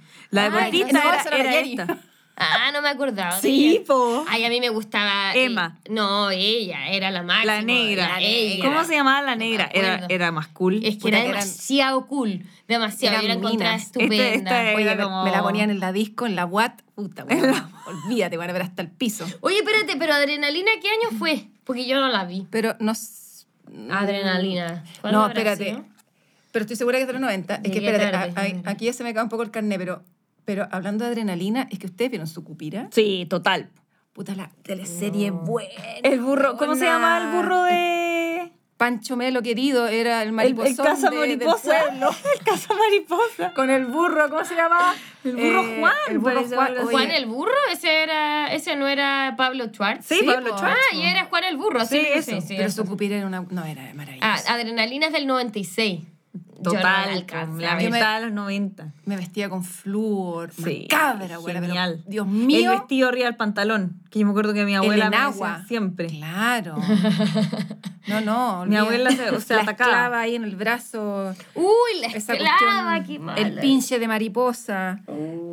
S1: Ah,
S2: La deportista
S1: no,
S2: era,
S1: esa era la
S2: era
S1: Jerry.
S2: esta.
S3: Ah, no me acordaba. de
S2: Sí,
S3: ella.
S2: po.
S3: Ay, a mí me gustaba.
S2: Emma.
S3: eh, no, ella era la máxima.
S2: La negra.
S3: era ella.
S2: ¿Cómo se llamaba la negra?
S3: me
S2: Era,
S3: acuerdo.
S2: era más cool.
S3: Es que
S1: Puta,
S3: era
S1: que eran-
S3: demasiado cool. Demasiado. Yo la
S1: Eran
S3: encontraba
S1: minas.
S3: estupenda.
S2: Este- esta es-
S1: Oye,
S2: Era
S1: me-
S2: como-
S1: me la ponían en la disco, en la Watt. Puta, weón. Olvídate, van a ver hasta el piso.
S3: Oye, espérate, pero Adrenalina, ¿qué año fue? Porque yo no la vi.
S1: Pero no. s- mm.
S3: Adrenalina. ¿Cuándo
S1: No,
S3: habrá
S1: espérate.
S3: sido?
S1: Pero estoy segura que es de los 90. Es que
S3: Llegué
S1: espérate,
S3: tarde,
S1: a- a-
S3: mira.
S1: aquí ya se me cae un poco el carné, pero, pero hablando de adrenalina, es que ustedes vieron su cupira.
S2: Sí, total.
S1: Puta, la teleserie
S3: No.
S1: buena.
S2: El burro, ¿cómo se llama el burro de...?
S1: Pancho Melo, querido, era el mariposón
S2: el casa
S1: de- del
S2: mariposa.
S1: pueblo.
S2: el casa mariposa.
S1: Con el burro, ¿cómo se llamaba? Eh,
S2: El burro Juan,
S1: El burro
S2: parece
S1: Juan.
S2: algo así.
S1: Oye,
S3: Juan el burro, ese era, ese no era Pablo Schwartz.
S2: Sí, Pablo
S3: po.
S2: Schwartz,
S3: Ah, y era Juan el burro, sí,
S2: Sí,
S3: sí,
S2: eso,
S3: sí,
S1: pero
S3: eso.
S1: su cupira era una... No, era maravilloso.
S3: Ah, adrenalina es del 96.
S2: Total,
S3: Yo no
S2: la
S3: la
S1: Yo me-
S2: mitad de los 90.
S1: Me vestía con flúor,
S2: Sí,
S1: macabra, güey.
S2: genial.
S1: Dios
S2: El
S1: mío.
S2: vestido arriba del pantalón, que yo me acuerdo que mi abuela me decía siempre.
S1: Claro. No, no.
S2: Mi
S1: olvídate.
S2: abuela se- se
S1: la
S2: atacaba.
S1: esclava ahí en el brazo.
S3: Uy, la
S1: Esa
S3: esclava,
S1: cuestión,
S3: qué mala. Oh.
S1: el pinche de mariposa,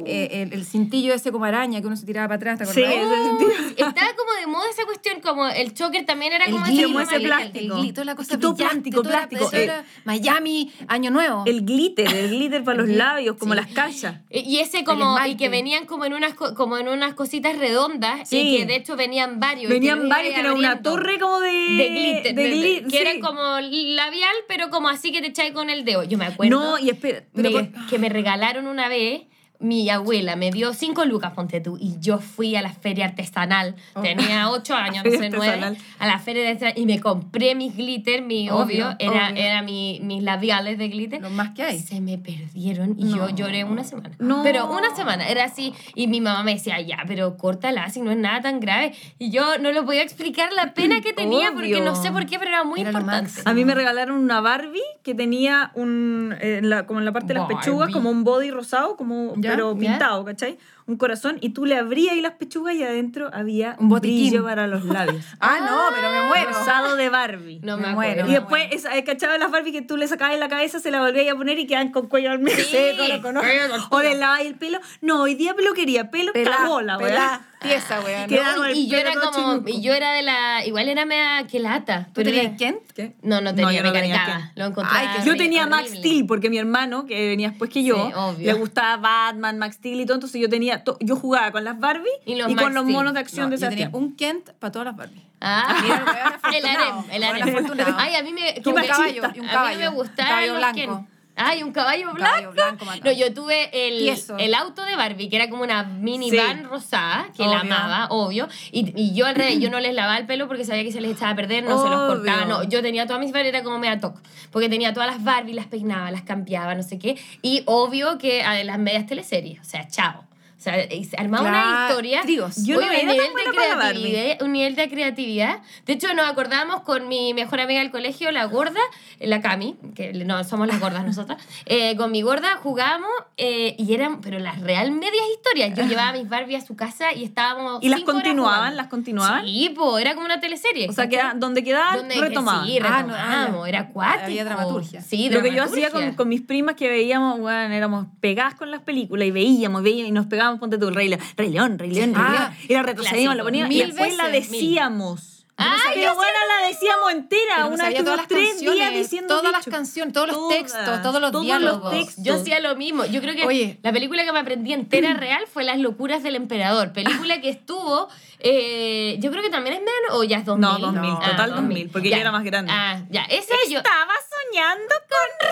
S1: eh, el, el cintillo ese como araña que uno se tiraba para atrás, ¿te
S2: Sí,
S1: acordás?
S2: ese sentido.
S3: Estaba como de moda esa cuestión, como el choker también era
S1: El
S3: como
S1: glitch,
S2: como
S3: esa
S2: ese
S3: maleta,
S2: plástico.
S3: el
S1: Y
S3: glitch.
S1: toda la cosa
S2: Que todo
S1: brillante,
S2: plástico,
S1: toda la-
S2: plástico,
S1: eso
S2: eh.
S1: era Miami, Año Nuevo.
S2: El glitter, el glitter para los labios, como
S1: Sí.
S2: las callas.
S3: Y ese
S1: El
S3: como, y
S1: esmalte.
S3: que venían como en unas, co- como en unas cositas redondas,
S2: Sí.
S3: y que de hecho venían varios. y que los
S2: Venían
S3: iba
S2: varios, que era una
S3: abriendo.
S2: torre como de...
S3: de glitter,
S2: de
S3: de- de-
S2: glit-
S3: que
S2: sí.
S3: eran como labial, pero como así que te echáis con el dedo. Yo me acuerdo
S2: No, y espera,
S3: me-
S2: pero por-
S3: que me regalaron una vez. Mi abuela me dio cinco lucas, ponte tú, y yo fui a la feria artesanal.
S1: Oh.
S3: Tenía ocho años, no
S2: Feria
S3: sé, nueve.
S2: artesanal.
S3: A la feria artesanal y me compré mis glitter, mi obvio,
S1: Obvio,
S3: era,
S1: obvio.
S3: era mi- mis labiales de glitter.
S1: Lo más que hay.
S3: Se me perdieron y yo lloré una semana.
S2: No.
S3: Pero una semana, era así. Y mi mamá me decía, ya, pero córtala, si no es nada tan grave. Y yo no lo podía explicar la pena que tenía, porque
S2: Obvio.
S3: no sé por qué, pero era muy
S1: Era lo
S3: importante.
S1: máximo.
S2: A mí me regalaron una Barbie que tenía un, en la- como en la parte de las pechugas,
S3: Barbie.
S2: como un body rosado, como,
S1: Ya,
S2: pero
S1: ya.
S2: pintado, ¿cachai? Un corazón, y tú le abrías ahí las pechugas y adentro había
S1: Un
S2: un
S1: botiquín.
S2: brillo para los labios.
S1: Ah, no, pero me muero.
S2: Rosado de Barbie.
S3: No me,
S1: Me
S3: acuerdo.
S1: muero.
S2: y después, esa, eh, ¿cachai? Las Barbie que tú le sacabas de la cabeza, se la volvías a poner y quedan con cuello al medio.
S3: Sí, cuello al cuello.
S2: o le lavabas el pelo. No, hoy día peluquería, pelo,
S1: Pelá,
S2: cagó la
S1: pelá,
S2: weá.
S1: Tiesa, weón.
S2: Qué-
S1: ¿no?
S2: quedaba con el
S3: y yo
S2: pelo
S3: era
S2: todo
S3: como,
S2: chinuco.
S3: y yo era de la, igual era mea que lata.
S1: ¿Tú
S3: pero
S1: tenías
S3: era-
S1: Kent?
S2: ¿Qué?
S3: No, no
S2: No,
S3: tenía,
S2: yo
S3: me
S2: no tenía
S3: cargaba.
S2: Kent.
S3: Lo encontraba
S1: Ay, que
S2: Yo
S3: horri-
S2: tenía Max
S3: horrible.
S2: Steel porque mi hermano, que venía después que yo,
S3: Sí, obvio.
S2: le gustaba Batman, Max Steel y todo. Entonces yo tenía, to- yo jugaba con las Barbie
S3: Y
S2: y,
S3: los Max
S2: con los
S3: Steel.
S2: monos de
S1: No,
S2: acción de
S1: yo tenía
S2: Sebastián.
S1: un Kent para todas las Barbies. Mira, el weón
S3: Ah, el harem,
S1: afortunado,
S3: el
S1: weón
S3: harem.
S1: afortunado.
S3: Ay, a mí me.
S1: Y un
S3: que-
S1: caballo, y un
S3: A mí
S1: caballo,
S3: no me
S1: un
S3: gustaba
S1: caballo
S3: los
S1: blanco.
S3: Ken. Ay, un caballo
S1: Un
S3: blanco.
S1: caballo blanco, bacán.
S3: no, yo tuve el,
S1: Tieso.
S3: el auto de Barbie, que era como una minivan
S2: Sí.
S3: rosada, que la
S1: Obvio.
S3: amaba, obvio. Y, y yo al revés, yo no les lavaba el pelo porque sabía que se les echaba a perder, no se los
S2: Obvio.
S3: cortaba. No, yo tenía todas mis Barbie, era como mea toc. Porque tenía todas las Barbie, las peinaba, las cambiaba, no sé qué. Y obvio que a las medias teleseries, o sea, chao. O sea, y se armaba una
S1: Claro,
S3: historia.
S1: tríos.
S2: Yo no era
S3: Oye, un
S2: tan
S3: nivel
S2: buena
S3: de
S2: para la Barbie.
S3: creatividad, un nivel de creatividad. De hecho, nos acordamos con mi mejor amiga del colegio, la gorda, eh, la Cami, que no, somos las gordas nosotras. eh, con mi gorda jugábamos eh, y eran, pero las real medias historias. Yo llevaba a mis Barbie a su casa y estábamos.
S2: ¿Y las
S3: cinco horas
S2: continuaban?
S3: jugando.
S2: ¿Las continuaban?
S3: Sí, po, era como una teleserie.
S2: O sea, que era- donde quedaban,
S3: donde
S2: retomaban.
S3: Sí,
S1: Ah, no,
S3: retomamos,
S1: ah, ya.
S3: era acuático.
S1: Había dramaturgia.
S3: Sí,
S2: lo que yo hacía con,
S3: dramaturgia.
S2: con mis primas que veíamos, bueno, éramos pegadas con las películas y veíamos, veíamos y nos pegábamos, ponte tú, Rey León, Rey León, Rey León, Rey
S1: Ah,
S2: León. Y la retrocedíamos,
S3: clásico.
S2: la poníamos y
S3: Mil
S2: después la
S3: veces, mil.
S2: decíamos.
S3: Ah, yo
S2: pero bueno, la decíamos entera.
S1: Pero me
S2: una vez
S1: sabía todas las
S2: tuvimos tres días
S1: canciones,
S2: diciendo
S1: todas las
S2: dicho.
S1: canciones, todos los
S2: Todas,
S1: textos, todos los
S2: todos los
S1: diálogos.
S2: textos.
S3: Yo hacía lo mismo. Yo creo que
S1: Oye.
S3: la película que me aprendí entera real fue Las locuras del emperador. Película que estuvo, eh, yo creo que también es menos, o ya es 2000.
S2: No, 2000, total 2000, porque
S3: ya
S2: yo era más grande.
S3: Ah, ya, esa yo,
S2: Estaba soñando con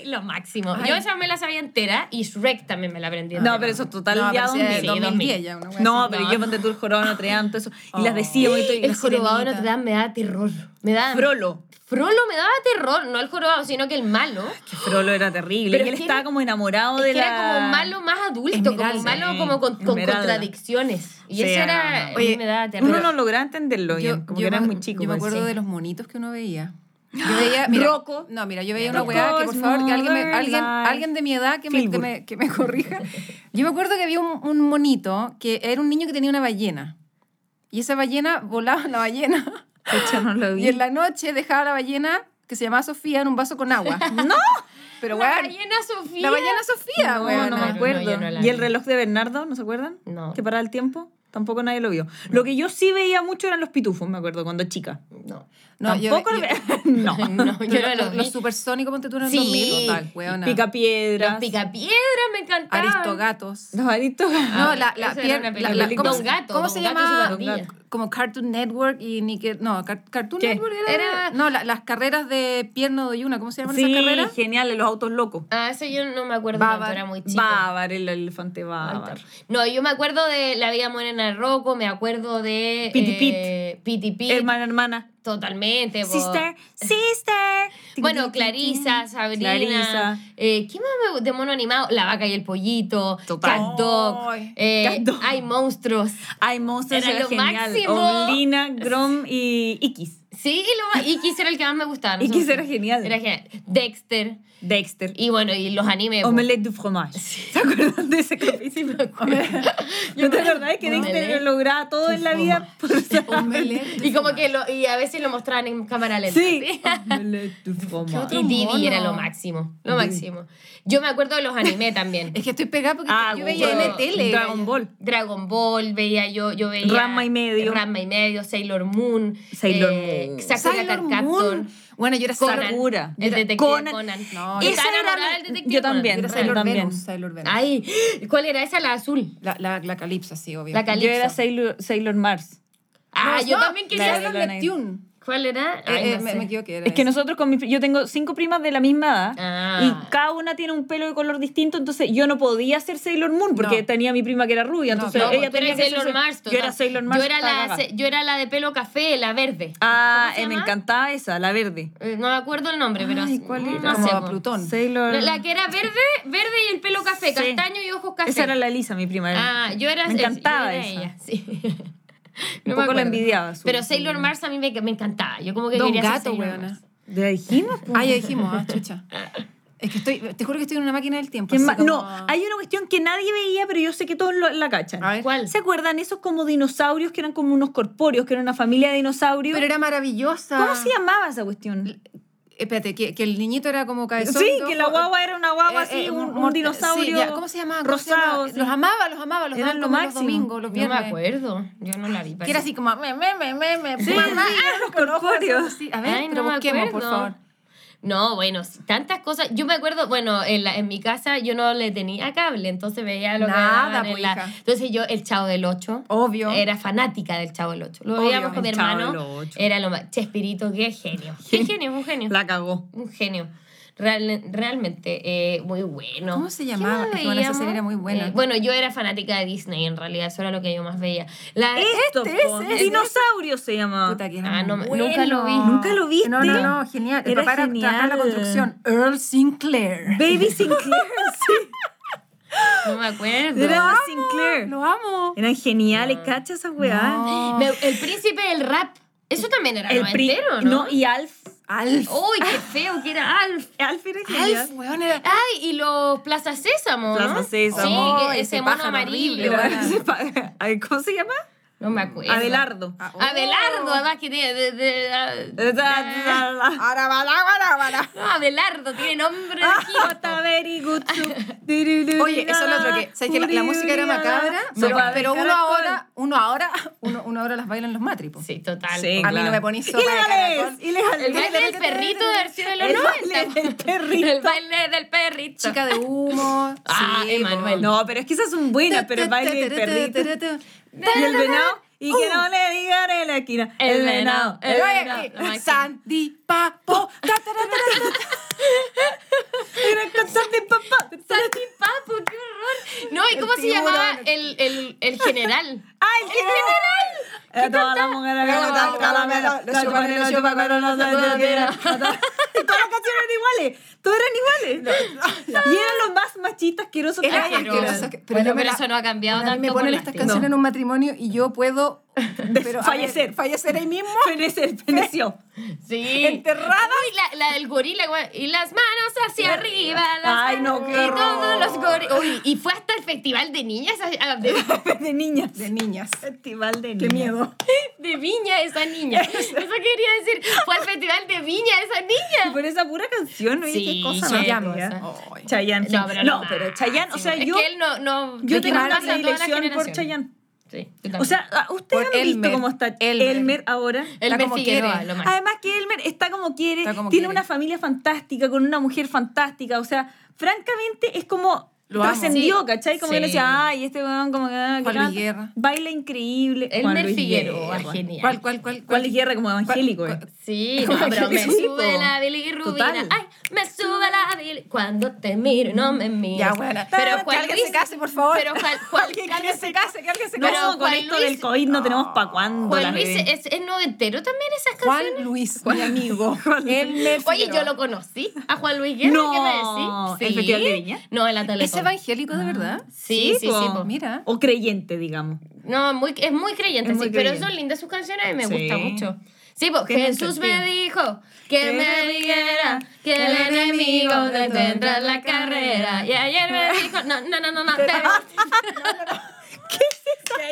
S2: Ricky.
S3: lo máximo.
S1: Ay.
S3: Yo esa me la sabía entera y Shrek también me la aprendí entera.
S2: No, pero eso total
S1: No,
S2: ya
S1: pero sí,
S2: 2000.
S3: sí,
S1: 2010 ya, una wea
S2: No,
S1: así.
S2: pero
S3: no.
S2: yo ponte tú el jorobado de Notre Dame, todo eso. Y
S1: Oh.
S2: las decíamos. y todo, y
S3: El
S2: la
S3: jorobado de
S2: sirenita.
S3: Notre Dame me daba terror. Me daba...
S2: Frollo.
S3: Frollo me daba terror. No el jorobado, sino que el malo.
S2: Que Frollo era terrible.
S3: Pero
S2: y él
S3: es que
S2: estaba
S3: era-
S2: como enamorado
S3: Es
S2: de
S3: que
S2: la...
S3: era como malo más adulto, como
S1: Esmeralda.
S3: malo como con, con
S2: Esmeralda.
S3: contradicciones. Y
S2: Sí,
S3: eso
S2: no, no,
S3: era...
S2: no.
S3: a mí
S1: Oye,
S3: me daba terror.
S2: Uno no lograba entenderlo bien, como que eran
S1: me-
S2: muy pues, chicos.
S1: Yo me
S2: parece.
S1: acuerdo de los monitos que uno veía. Yo veía, mira,
S2: Rocco.
S1: No, mira, yo veía una
S2: Rocco
S1: weá que por
S2: is
S1: favor, que alguien, me-
S2: Mother's
S1: alguien,
S2: Life.
S1: alguien de mi edad que me, que
S2: Filbur.
S1: me, que me corrija. Yo me acuerdo que había un, un monito que era un niño que tenía una ballena. Y esa ballena volaba en la ballena.
S2: De hecho, no lo vi.
S1: Y en la noche dejaba la ballena que se llamaba Sofía en un vaso con agua. ¡No! Pero
S3: La
S1: weón,
S3: ballena Sofía.
S1: la ballena Sofía,
S2: No,
S1: weón.
S2: no me
S3: no,
S2: acuerdo.
S3: yo no la
S2: ¿Y el
S3: vi.
S2: reloj de Bernardo? ¿No se acuerdan?
S3: No.
S2: ¿Que paraba el tiempo? Tampoco nadie lo vio. Lo que yo sí veía mucho eran los pitufos, me acuerdo, cuando chica.
S3: No.
S1: No, yo-
S2: Tampoco
S1: yo-
S2: lo veía. No.
S3: No, yo no lo
S1: los, los
S3: vi.
S1: supersónicos, ponte tú en el
S3: Sí.
S1: 2000, total, weona.
S2: Pica
S3: Los
S2: piedras.
S3: picapiedras me encantaban.
S1: Aristogatos.
S2: Los aritos.
S3: Ah,
S1: No, la, la,
S3: esa
S1: pier-
S3: era una
S1: la- la-
S3: película.
S1: ¿cómo,
S3: Don
S1: se-
S3: Gato,
S1: ¿Cómo
S3: Don
S1: se
S3: Gato y su
S1: llamaba?
S3: pandilla.
S1: Como Cartoon Network y Nickel. No, Car- Cartoon
S2: ¿Qué?
S1: Network era,
S3: Era-
S1: No, la- las carreras de Pierno de Yuna, ¿cómo se llaman esas
S2: sí,
S1: carreras?
S2: geniales, los autos locos.
S3: Ah, eso yo no me acuerdo
S1: Bávar.
S3: tanto, era muy chico.
S2: Bávar, Ah, el elefante bávar.
S3: No, yo me acuerdo de La vida morena de Rocco, me acuerdo de...
S2: Piti
S3: eh, Piti Pit.
S2: Hermana, hermana.
S3: Totalmente. po.
S2: Sister, sister.
S3: Bueno, Clarisa, Sabrina.
S2: Clarisa.
S3: Eh, ¿Qué más me gusta? De mono animado. La vaca y el pollito.
S2: Total.
S3: Cat Dog.
S1: Ay.
S3: eh,
S2: Cat Dog.
S3: Hay monstruos.
S2: Hay monstruos,
S3: Era
S2: era,
S3: lo
S2: genial.
S3: máximo.
S2: Oblina, Grom y Ikis.
S3: Sí, y lo más- y quisiera el que más me gustaba. no sé.
S2: Ikis era genial.
S3: Era genial. Dexter.
S2: Dexter.
S3: Y bueno, y los animes. po.
S2: Omelette du fromage. ¿Se acuerdan de ese capítulo? ¿No te acordás que
S3: Omelette
S2: Dexter lograba todo en la vida? por ser-
S1: Omelette.
S3: Y como que lo, y a veces lo mostraban en cámara lenta.
S2: Sí. Omelette du
S3: Y
S2: fromage.
S3: Divi
S1: mono.
S3: era lo máximo, lo máximo. Yo me acuerdo de los anime también.
S1: Es que estoy pegada porque
S2: Ah,
S1: yo veía
S3: bueno,
S1: en tele.
S2: Dragon Ball.
S3: Dragon Ball, veía yo, yo veía...
S2: Ranma y medio.
S3: Ranma y medio, Sailor Moon. eh,
S2: Sailor Moon.
S3: Sakura
S1: Sailor
S3: Card
S1: Moon.
S3: Captor.
S1: Bueno, yo era
S3: Conan.
S1: Sailor
S2: Locura.
S3: El
S2: Yo-
S3: detective Conan.
S2: Conan.
S1: No,
S3: yo
S1: yo-
S2: Esa
S3: estaba
S2: era
S3: enamorada
S2: la-
S3: del detective
S2: yo
S3: Conan.
S2: también.
S1: Yo era
S2: Conan
S1: Sailor
S2: también.
S1: Venus. Sailor Venus.
S3: Ay, ¿cuál era esa? La azul.
S1: La, la, la Calipso, sí, obvio.
S3: La Calipso.
S2: Yo era Sailor, Sailor Mars.
S3: Ah, yo también
S1: La
S3: quería...
S1: de
S2: Sailor
S1: Neptune.
S3: ¿Cuál era?
S1: Eh,
S3: Ay,
S1: eh,
S3: no
S1: me,
S3: sé.
S1: me equivoqué. Era
S2: Es que
S1: esa.
S2: nosotros con mi, pri- yo tengo cinco primas de la misma edad
S3: Ah.
S2: y cada una tiene un pelo de color distinto, entonces yo no podía ser Sailor Moon porque
S1: No.
S2: tenía mi prima que era rubia,
S1: No,
S2: entonces
S3: No, pues
S2: ella
S3: tú
S2: tenía
S3: eras
S2: que ser
S3: Sailor Mars.
S2: Yo
S3: total.
S2: era Sailor Mars.
S3: Yo era,
S2: estaba
S3: la,
S2: cagada.
S3: se- yo era la de pelo café, la verde.
S2: Ah,
S3: ¿Cómo se
S2: eh, me
S3: llama?
S2: encantaba esa, la verde.
S3: Eh, No me acuerdo el nombre, pero
S2: Ay,
S3: as-
S2: ¿cuál
S3: no
S2: era?
S3: sé,
S1: Como
S3: po.
S1: a Plutón.
S2: Sailor.
S3: La, la que era verde, verde y el pelo café,
S2: Sí.
S3: castaño y ojos café.
S2: Esa era la Elisa, mi prima.
S3: Ah, yo era
S2: Me
S3: es- yo
S2: encantaba
S3: era
S2: esa.
S3: ella, sí.
S2: Un
S3: me
S2: poco
S3: acuerdo.
S2: la envidiaba. su-
S3: Pero
S2: su-
S3: Sailor Mars a mí me, me encantaba. Yo como que
S1: Don
S3: quería ser
S1: Gato,
S3: Sailor
S1: weona.
S3: Mars.
S2: ¿La dijimos? po?
S1: Ah, ya dijimos, ah, chucha. Es que estoy, te juro que estoy en una máquina del tiempo.
S2: ¿Quién
S1: así
S2: más?
S1: como- Ah.
S2: No, hay una cuestión que nadie veía, pero yo sé que todos lo- la cachan.
S1: A ver.
S3: ¿Cuál?
S2: ¿Se acuerdan esos como dinosaurios que eran como unos corpóreos, que eran una familia de dinosaurios?
S1: Pero era maravillosa. Eh,
S2: ¿Cómo se llamaba esa cuestión?
S1: Espérate, que, que el niñito era como cabezón.
S2: Sí,
S1: y todo,
S2: que la
S1: o-
S2: guagua era una guagua
S1: eh,
S2: así,
S1: eh,
S2: un, un
S1: morta-
S2: dinosaurio.
S1: sí, ya, ¿Cómo se llamaba? ¿Cómo se
S2: Rosado.
S1: llamaba?
S2: sí.
S1: Los amaba, los amaba, los
S2: Eran
S1: daban
S2: lo
S1: como
S2: máximo.
S1: los domingos, los
S3: No me
S1: viernes.
S3: acuerdo. Yo no la vi.
S1: Que era
S3: parece.
S1: así como, me, me, me, me, me,
S2: Sí,
S1: mamá,
S2: sí, eran los
S1: con ojos así.
S2: corpóreos.
S1: Sí, A ver,
S3: Ay,
S1: pero
S3: no me
S1: busquemos, por
S3: acuerdo.
S1: favor.
S3: No, bueno, s- tantas cosas. Yo me acuerdo, bueno, en, la- en mi casa yo no le tenía cable, entonces veía lo que
S1: Nada,
S3: daban en
S1: po,
S3: la-
S1: hija.
S3: Entonces yo, el Chavo del Ocho.
S1: Obvio.
S3: Era fanática del Chavo del Ocho. Lo
S1: Obvio,
S3: veíamos con mi
S2: el Chavo
S3: hermano.
S2: del Ocho.
S3: Era lo más. Chespirito, qué genio. Qué genio, un genio.
S2: La cagó.
S3: Un genio. Real- realmente, eh, muy bueno.
S1: ¿Cómo se
S3: ¿Qué
S1: llamaba?
S3: más
S1: Es que, bueno, esa
S3: veíamos? Eh,
S1: serie era muy buena.
S3: bueno, yo era fanática de Disney, en realidad. Eso era lo que yo más veía. La,
S2: Esto,
S1: Este,
S2: po.
S1: ese, ese.
S2: dinosaurio se llamaba.
S1: Puta, que era
S3: Ah, no,
S1: bueno.
S3: nunca lo vi.
S2: ¿Nunca lo viste?
S1: No, no, no, genial. El
S2: Era
S1: papá era- trabajaba en la
S2: genial.
S1: construcción. Earl Sinclair.
S2: Baby Sinclair, sí.
S3: No me acuerdo.
S2: Era Sinclair.
S1: Lo amo.
S2: Eran geniales, cacha esa weá.
S1: No.
S3: Me- el príncipe del rap. Eso también era
S2: El pri-
S3: noventero, ¿no?
S2: no, y Alf.
S1: Alf.
S3: ¡Uy, qué feo que era Alf!
S2: Alf era
S1: Alf,
S2: genial.
S1: weón, era...
S3: Ay, y los Plaza Sésamo, ¿no?
S2: Plaza Sésamo.
S3: Sí,
S1: Oh,
S3: que
S1: ese
S3: ese mono
S1: pájaro
S3: amarillo.
S1: horrible,
S2: Era- se pa- a ver, ¿Cómo se llama?
S3: No me acuerdo.
S2: Abelardo.
S1: Ah, oh.
S3: Abelardo, además que tiene... de- de- de-
S1: Arabala, arabala.
S3: no, Abelardo, tiene nombre de
S2: Ah, very good to-
S1: Oye, eso es lo otro que, ¿sabes que la, la música era macabra? Pero,
S2: Macabra.
S1: pero uno ahora, uno ahora, uno, uno ahora las bailan los matripos.
S3: Sí, total.
S2: Sí,
S1: A mí no
S2: claro.
S1: me ponís sopa de
S2: Ilegales,
S1: caracol.
S2: ilegales.
S3: El baile del perrito de versión de los
S2: El
S3: 90.
S2: baile del perrito.
S3: El baile del perrito.
S1: Chica de humo.
S3: Ah,
S1: sí,
S3: Emanuel.
S1: po.
S2: No, pero es que esas son buenas, pero el baile del perrito.
S1: Eh,
S2: Y el venado, y que
S1: Uh.
S2: no le digan en la esquina.
S3: El
S2: El venado.
S3: venado.
S2: el-
S3: venado, lo máximo.
S1: eh, Sandy, papo. ta, ta, ta, ta, ta.
S2: Era el cantante papá.
S3: Santi Papo, qué horror. No, ¿y
S1: El
S3: cómo se
S1: tiburón.
S3: llamaba el, el, el general?
S2: ¡Ay, el general! Era toda la mujer, era
S1: Era
S2: toda
S1: la
S2: la caramelo,
S1: caramelo,
S2: la
S1: los
S2: chupaneros,
S1: chupaneros,
S2: chupaneros, los
S3: chupaneros,
S2: chupaneros. Todas las canciones eran iguales, todas eran iguales. Y eran los más machistas, asquerosos.
S1: Era
S2: tan
S1: asqueroso,
S2: asquerosos.
S1: asqueroso.
S3: Pero, bueno,
S1: yo me
S3: pero
S1: la-
S3: eso no ha cambiado
S1: Bueno, a mí
S3: tanto.
S1: me
S3: por
S1: ponen
S3: lástima.
S1: estas canciones en un matrimonio y yo puedo pero, a ver,
S2: fallecer.
S1: fallecer ahí mismo.
S2: Fenecer, feneció.
S3: Sí.
S1: Enterrada.
S3: Uy, la, la del gorila, güey. Y las manos hacia arriba. las
S2: Ay, no,
S3: manos-
S2: qué
S3: Y todos
S2: horror.
S3: los gorilas. Uy, y fue hasta el festival de niñas. ah, de-
S2: De niñas.
S1: De niñas.
S2: Festival de niñas.
S1: Qué miedo.
S3: de Viña esa niña. Eso quería decir. Fue al festival de Viña esa
S2: Y
S3: niña.
S2: por esa pura canción, oye,
S3: Sí, pues,
S2: qué
S3: eh.
S2: cosa
S3: qué
S2: más
S3: Chayanne,
S2: linda.
S1: cosa. pues, Ay.
S2: Chayanne, sí.
S3: No, pero
S2: No,
S3: lo
S2: pero Chayanne, o
S3: máximo.
S2: sea,
S3: Es
S2: yo,
S3: que él no, no
S2: yo
S3: le
S2: tengo
S1: declara
S2: una
S3: pasa a toda la
S2: predilección por
S3: generación.
S2: Chayanne.
S3: Sí, yo también.
S2: O sea, ah, ustedes
S1: Por
S2: han
S1: Elmer.
S2: visto cómo está
S1: Elmer.
S2: Elmer, ahora.
S1: Está
S3: el
S1: como
S3: Figueroa,
S1: quiere.
S3: lo más.
S2: Además que Elmer está como quiere,
S1: Está como
S2: tiene
S1: quiere.
S2: una familia fantástica, con una mujer fantástica, o sea, francamente es como
S1: Lo amo.
S2: trascendió,
S3: Sí.
S2: ¿cachai? Como
S3: Sí.
S2: que le decía, ay, este weón como que... ah, que
S1: Juan
S2: canta,
S1: Luis Guerra.
S2: Baila increíble. Juan
S3: Elmer
S2: Luis
S3: Figueroa,
S2: Guerra.
S3: genial.
S1: ¿Cuál, cuál, cuál?
S2: Juan Luis Guerra como evangélico,
S1: cuál-
S2: eh.
S3: Sí, no, pero me
S2: Sí,
S3: sube
S2: po.
S3: la bilirrubina.
S2: Total.
S3: Ay, me sube la bilirrubina. Cuando te miro, no me miro.
S1: Ya, bueno.
S3: Pero
S1: Que
S3: Juan
S1: alguien
S3: Luis-
S1: se case, por favor.
S3: Pero Juan, Juan-
S1: Que alguien se case, que alguien se
S3: Pero
S1: case.
S2: no, con
S3: Juan
S2: esto
S3: Luis-
S2: del COVID no tenemos pa' cuándo. la
S3: Juan Luis
S2: bebé.
S3: es, es noventero también esas
S1: Juan
S3: canciones.
S1: Luis, mi amigo. Elmer
S3: Oye,
S1: Figueroa.
S3: yo lo conocí a Juan Luis Guerra,
S2: No,
S3: ¿qué me decís?
S2: ¿el Festival de Viña?
S3: No, en la Telecom.
S1: ¿Es evangélico
S3: Ah.
S1: de verdad?
S3: Sí, sí, sí.
S2: po.
S3: po.
S1: Mira.
S2: O creyente, digamos.
S3: No, muy, es muy creyente,
S2: Es muy
S3: sí,
S2: creyente.
S3: pero son lindas sus canciones y me
S2: Sí.
S3: gusta mucho. Sí, porque
S2: Tiene
S3: Jesús
S2: sentido.
S3: me dijo que
S2: Que
S3: me
S2: me
S3: dijera que
S2: que
S3: el
S2: el
S3: enemigo
S2: enemigo
S3: te
S2: te
S3: tendrá
S2: tendrá
S3: la
S2: la
S3: carrera.
S2: carrera.
S3: Y ayer me dijo, no, no, no, no, no, te-
S2: ¿Qué es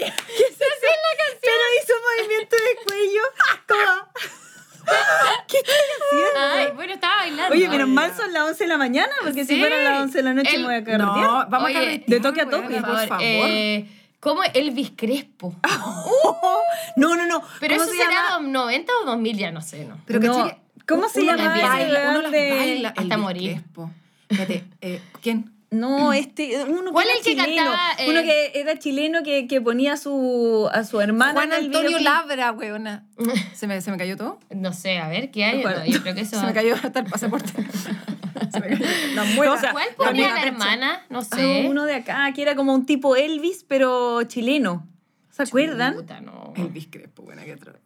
S2: la canción? Pero hizo un movimiento de cuello como... ¿Qué está haciendo?
S3: Ay, bueno, estaba bailando.
S2: Oye, menos mal son las 11 de la mañana, porque
S3: Sí.
S2: si fueran las 11 de la noche
S3: El-
S2: me voy a carretear.
S1: No, vamos
S3: Oye,
S1: a carretear,
S2: de toque a
S1: weona,
S2: toque,
S1: por favor.
S3: Eh, ¿Cómo? Elvis Crespo.
S2: No, no, no.
S3: Pero
S2: ¿Cómo
S3: eso
S2: se
S3: será
S2: llama?
S3: 90 o 2000, ya no sé, ¿no?
S1: Pero que
S2: No.
S1: cheque-
S2: ¿Cómo se
S1: uno
S3: llama
S1: las
S3: ese
S1: baila, uno
S2: weón
S1: las
S2: de-
S1: baila.
S3: hasta
S1: Elvis
S3: morir.
S1: Crespo. Fíjate, eh, ¿quién?
S2: No, este, uno que
S3: ¿Cuál
S2: era
S3: es el que
S2: chileno.
S3: cantaba, eh?
S2: Uno que era chileno que, que ponía a su, a su hermana.
S1: Juan
S2: en el
S1: Antonio
S2: videoclip.
S1: Labra, weona. ¿Se me, ¿Se me cayó todo?
S3: No sé, a ver, ¿qué hay?
S2: ¿Cuál?
S3: No, yo creo que eso...
S1: Se me cayó hasta el pasaporte. se me cayó. La
S2: No, o sea,
S3: ¿Cuál
S2: la
S3: ponía
S2: mera
S3: la
S2: brecha.
S3: hermana? No
S2: Ah,
S3: sé.
S2: uno de acá, que era como un tipo Elvis, pero chileno. ¿Se acuerdan?
S3: Puta, no.
S1: Elvis Crespo, buena que atroz.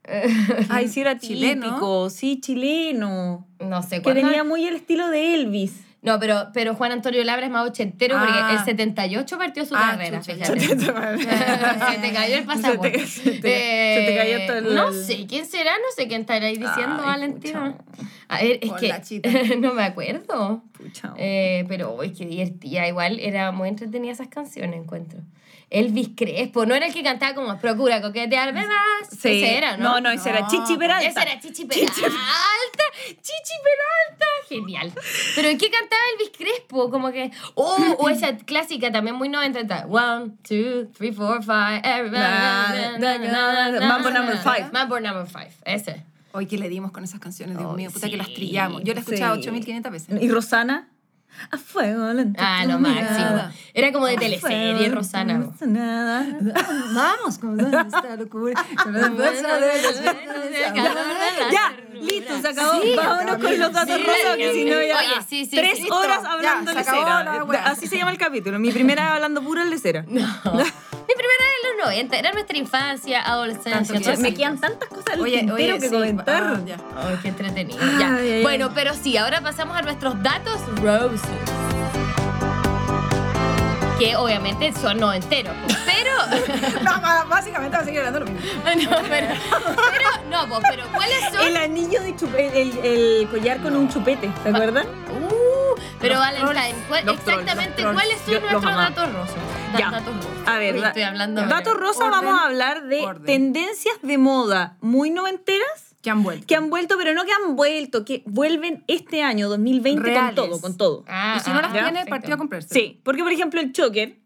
S2: Ay, sí, era
S1: Chileno.
S2: típico. Sí, chileno.
S3: No sé
S2: Que
S3: cuál.
S2: tenía muy el estilo de Elvis.
S3: No, pero, pero Juan Antonio Labra es más ochentero
S1: Ah.
S3: porque el 78 partió su
S1: Ah,
S3: carrera,
S1: chucha, ya.
S3: fíjate. se te cayó el pasaporte. Eh,
S2: Se te- se te- se te cayó todo el-
S3: No sé quién será, no sé quién estará ahí diciendo,
S2: Ay,
S3: Valentina. A ver, es
S1: Hola,
S3: que
S1: chita.
S3: no me acuerdo.
S2: Pucha.
S3: Eh, pero hoy es que divertida, igual era muy entretenida esas canciones, encuentro. Elvis Crespo, no era el que cantaba como Procura coquetearme más.
S2: Sí.
S3: Ese era, ¿no?
S2: No, no, ese
S1: No,
S2: era Chichi Peralta.
S3: Esa era Chichi Peralta. Chichi Peralta. Genial. Pero ¿en qué cantaba Elvis Crespo? Como que. Oh, o esa clásica también muy 90. One, two, three, four, five. everybody-
S2: Na, na, na, na, Mambo number five.
S3: Mambo number five. Ese.
S1: Hoy que le dimos con esas canciones, Dios
S3: Ay,
S1: mío, puta
S3: sí.
S1: que las trillamos. Yo la he escuchado
S2: Sí.
S1: 8.500 veces.
S2: ¿Y Rosana? A fuego lento.
S3: Ah, lo
S2: tu Ah,
S3: máximo.
S2: mirada.
S3: Era como de
S2: A fuego
S3: teleserie,
S2: lento,
S3: Rosana.
S2: no sé nada.
S1: Vamos, con esta locura. Con la fuerza de los vientos de calor.
S2: Ya, listo, se acabó.
S1: Sí,
S2: Vámonos
S1: acabó.
S2: con los datos
S3: Sí,
S2: rosas, que si no ya.
S3: oye, sí, sí,
S2: Tres
S3: listo.
S2: horas
S1: Ya,
S2: hablando
S1: se acabó la
S2: lecera.
S1: wea.
S2: Así se llama el capítulo. Mi primera vez hablando pura lecera.
S3: Mi primera era en los 90, era nuestra infancia,
S1: Tanto
S3: adolescencia.
S1: que
S3: todo eso.
S2: Me quedan tantas cosas
S1: Oye,
S2: oye,
S1: oye,
S2: que
S1: sí,
S2: comentar.
S1: ah, ya.
S3: Ay, qué entretenido.
S2: Ay,
S3: ya.
S2: ay, ay.
S3: Bueno, pero sí, ahora pasamos a nuestros datos roses. Que obviamente son no enteros. pues, Pero.
S1: No, ma- básicamente va a seguir hablando lo mismo.
S3: no, pero. pero no, pues, pero ¿cuáles son?
S2: El anillo de chupete, el, el collar con un chupete,
S1: Ah.
S2: ¿se acuerdan?
S3: Uh, pero
S1: Los
S3: Valentine,
S1: trolls,
S3: ¿cuál-
S2: los trolls,
S3: exactamente
S2: los trolls.
S3: cuáles son
S2: Yo los
S3: nuestros
S2: amaba.
S3: datos rosas? Da-
S2: Ya.
S3: Datos rosas.
S2: A ver,
S3: Uy,
S2: da-
S3: estoy hablando.
S2: Datos rosa,
S1: Orden,
S2: vamos a hablar de
S1: orden.
S2: tendencias de moda muy noventeras
S1: Que han vuelto.
S2: que han vuelto, pero no que han vuelto, que vuelven este año 2020
S1: Reales.
S2: con todo, con todo.
S3: Ah,
S1: y si no
S3: ah,
S1: las
S3: ya,
S1: tiene,
S3: perfecto.
S1: partió a comprarse.
S2: Sí, porque por ejemplo el choker,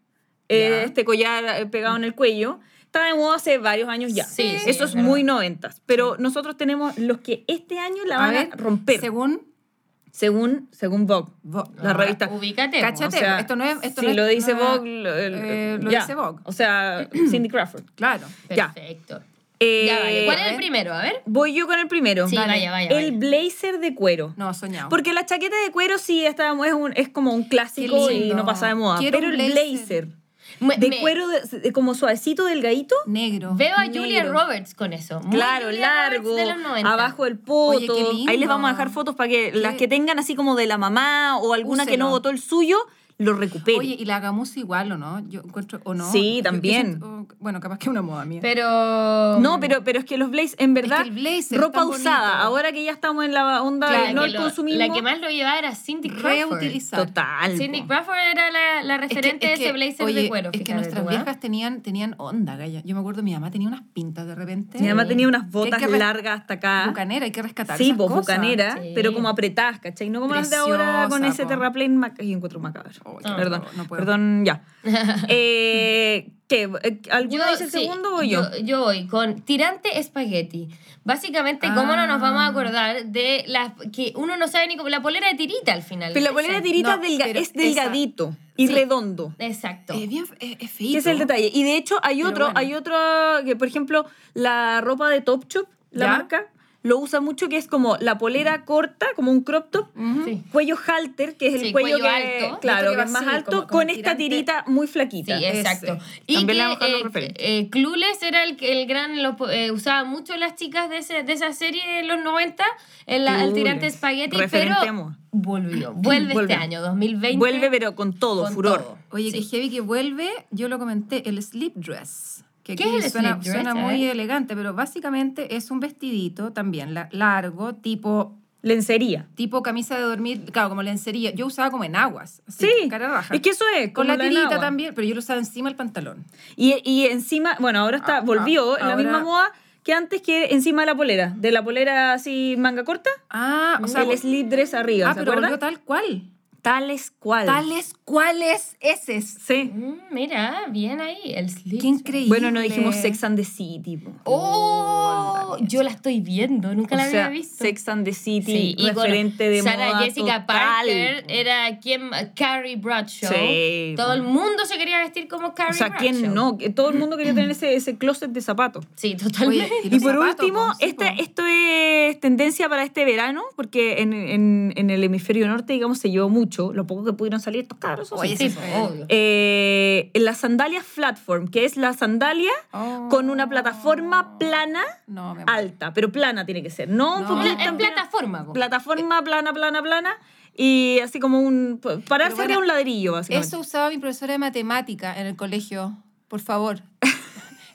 S2: eh,
S1: Ya.
S2: este collar eh, pegado en el cuello, está de moda hace varios años ya.
S3: Sí, sí,
S2: Eso
S3: es
S2: es
S3: verdad.
S2: muy noventas. Pero nosotros tenemos los que este año la van a, romper, según
S1: Según. Ah,
S2: según, Vogue.
S1: Vo-
S2: La revista.
S3: Ubícate.
S1: Cacha-
S3: pues.
S1: Espérate, esto no es- esto
S2: si
S1: no es-
S2: lo dice
S1: no es-
S2: Vogue, lo, el-
S1: eh, lo
S2: ya.
S1: dice Vogue.
S2: O sea, Cindy Crawford.
S1: Claro.
S2: ya.
S3: Perfecto.
S2: Eh,
S3: Ya, vale. ¿Cuál
S1: a
S3: es el
S1: ver.
S3: primero? A ver.
S2: Voy yo con el primero.
S3: Sí,
S2: Dale.
S3: vaya, vaya,
S2: El
S3: vaya.
S2: blazer de cuero.
S1: No, soñado.
S2: Porque la chaqueta de cuero sí esta es, un- es como un clásico
S1: Qué
S2: y
S1: lindo.
S2: no pasa de moda.
S1: Quiero
S2: pero
S1: un
S2: el
S1: blazer.
S2: blazer,
S3: Me-
S2: de
S3: me-
S2: cuero de- de- como suavecito, delgadito.
S1: Negro.
S3: Veo a Julia
S2: Negro.
S3: Roberts con eso. Muy
S2: Claro,
S3: Julia Roberts
S2: largo,
S3: de los 90.
S2: abajo del poto.
S1: Oye, qué lindo.
S2: Ahí les vamos a dejar fotos para que las
S1: Qué-
S2: que tengan así como de la mamá o alguna que
S1: Úselo.
S2: no votó el suyo, lo recupere.
S1: Oye, y la hagamos igual o no, yo encuentro o no. Yo-
S2: Sí,
S1: yo
S2: también.
S1: siento- bueno, capaz que una moda mía.
S3: Pero.
S2: no, pero, pero es que los blazers, en verdad,
S1: el blazer es
S2: ropa
S1: tan
S2: usada.
S1: bonito.
S2: Ahora que ya estamos en la onda
S3: Claro,
S2: del no
S3: que
S2: el
S3: lo-
S2: consumismo.
S3: La que más lo llevaba era Cindy Crawford.
S1: reutilizar.
S2: Total.
S3: Cindy
S2: po.
S3: Crawford era la, la
S1: Es que- es
S3: referente
S1: que,
S3: de ese blazer
S1: oye,
S3: de cuero.
S1: Es que
S3: fíjate
S1: nuestras
S3: tú, ¿ah?
S1: viejas tenían, tenían onda, galla. Yo me acuerdo, mi mamá tenía unas pintas de repente.
S2: Mi mamá tenía unas
S1: Que
S2: botas
S1: hay que res-
S2: largas hasta acá.
S1: Bucanera, hay que rescatar
S2: Sí,
S1: esas
S2: vos
S1: cosas.
S2: bucanera,
S3: Sí.
S2: pero como apretadas, ¿cachai? No como las de ahora con
S1: Preciosa,
S2: ese
S1: po.
S2: terraplén mac- y encuentro macabro.
S1: Ay, qué
S3: Ah.
S2: perdón,
S1: horror, no puedo.
S2: perdón, ya. eh, ¿Qué? Eh, ¿Alguno dice el
S3: sí,
S2: segundo o yo?
S3: Yo voy con tirante espagueti. Básicamente, ¿cómo no nos vamos a
S1: Ah.
S3: acordar de las que uno no sabe ni cómo la polera de tirita al final?
S2: Pero la polera de tiritas
S1: No,
S2: delga-
S1: pero
S2: es
S1: esa-
S2: delgadito y
S3: Sí.
S2: redondo.
S3: Exacto.
S1: Es bien, es, es feíto.
S2: Ese es el detalle. Y de hecho hay
S1: Pero
S2: otro,
S1: bueno.
S2: hay otro, que por ejemplo, la ropa de Top Shop, la
S1: ¿Ya? Mm.
S2: marca, lo usa mucho que es como la polera corta, como un crop top,
S1: Ujú.
S3: Sí.
S2: cuello halter, que es el
S3: Sí,
S2: cuello,
S3: cuello
S2: que,
S3: alto.
S2: Claro,
S1: Otro que
S2: que
S1: va
S2: es más
S1: así,
S2: alto,
S1: como con
S2: con esta
S1: tirante.
S2: tirita muy flaquita.
S3: Sí,
S1: Ese.
S3: exacto. Y
S2: También la
S3: que
S2: mujer lo
S3: eh,
S2: prefiere.
S3: eh, Clueless era el, que- el gran, lo, eh, usaba mucho las chicas de, ese- de esa serie de los 90, el, la- el tirante
S2: Clueless.
S3: espagueti,
S2: Referente
S3: pero
S2: a moda.
S3: volvió, vuelve,
S2: Vuelve.
S3: este año, 2020.
S2: Vuelve, pero con todo,
S3: con
S2: furor.
S3: todo.
S1: Oye, que
S3: Sí.
S1: heavy que vuelve, yo lo comenté, el sleep dress. Que
S3: ¿Qué
S1: aquí
S3: es el
S1: suena,
S3: sleep dress?
S1: suena
S3: A
S1: muy
S3: ver.
S1: elegante, pero básicamente es un vestidito también la- largo, tipo
S2: Lencería.
S1: tipo camisa de dormir, claro, como lencería. Yo usaba como en aguas, así,
S2: Sí,
S1: cara raja.
S2: es que eso es.
S1: con la
S2: como del
S1: tirita
S2: agua.
S1: también, pero yo lo usaba encima del pantalón.
S2: Y, y encima, bueno, ahora está,
S1: Ah,
S2: volvió
S1: ah,
S2: la
S1: ahora-
S2: misma moda que antes que encima de la polera. De la polera así manga corta,
S1: Ah, o sea,
S2: Mm, el slip dress arriba,
S1: ah,
S2: ¿se
S1: pero
S2: acuerdan?
S1: volvió tal cual.
S2: Tales cual.
S1: Tales cuales eses.
S2: Sí.
S3: Mm, mira, bien ahí, el slip.
S1: Qué increíble.
S2: Bueno, no dijimos Sex and the City. po.
S3: ¡Oh! Yo la estoy viendo, nunca
S2: o
S3: la
S2: sea,
S3: había visto.
S2: Sex and the City,
S3: Sí, y con
S2: referente de
S3: Sarah
S2: moda
S3: Jessica
S2: total.
S3: Parker era quien Carrie Bradshaw.
S2: Sí,
S3: Todo el
S2: bueno.
S3: mundo se quería vestir como Carrie
S2: O sea,
S3: Bradshaw.
S2: ¿quién no? Que Todo el mundo quería tener ese, ese closet de zapatos.
S3: Sí, totalmente.
S1: Oye,
S2: Y,
S1: los
S2: por
S1: zapatos,
S2: último,
S1: po, sí,
S2: esta-
S1: po.
S2: esto es tendencia para este verano, porque en, en- en el hemisferio norte, digamos, se llevó mucho, lo poco que pudieron salir estos cabros. eso
S1: Oye,
S2: sí.
S3: Sí,
S1: sí,
S3: po,
S1: fue.
S3: obvio.
S2: Eh, la sandalia flatform, que es la sandalia
S1: Oh.
S2: con una plataforma plana
S1: No, me muero.
S2: alta, pero plana tiene que ser, no un
S1: No.
S2: poquito
S3: Pla- en
S2: tan plana.
S3: plataforma. po.
S2: plataforma plana, plana, plana, y así como un... Para
S1: Pero
S2: hacer
S1: bueno,
S2: un ladrillo, básicamente.
S1: Eso usaba mi profesora de matemática en el colegio, por favor.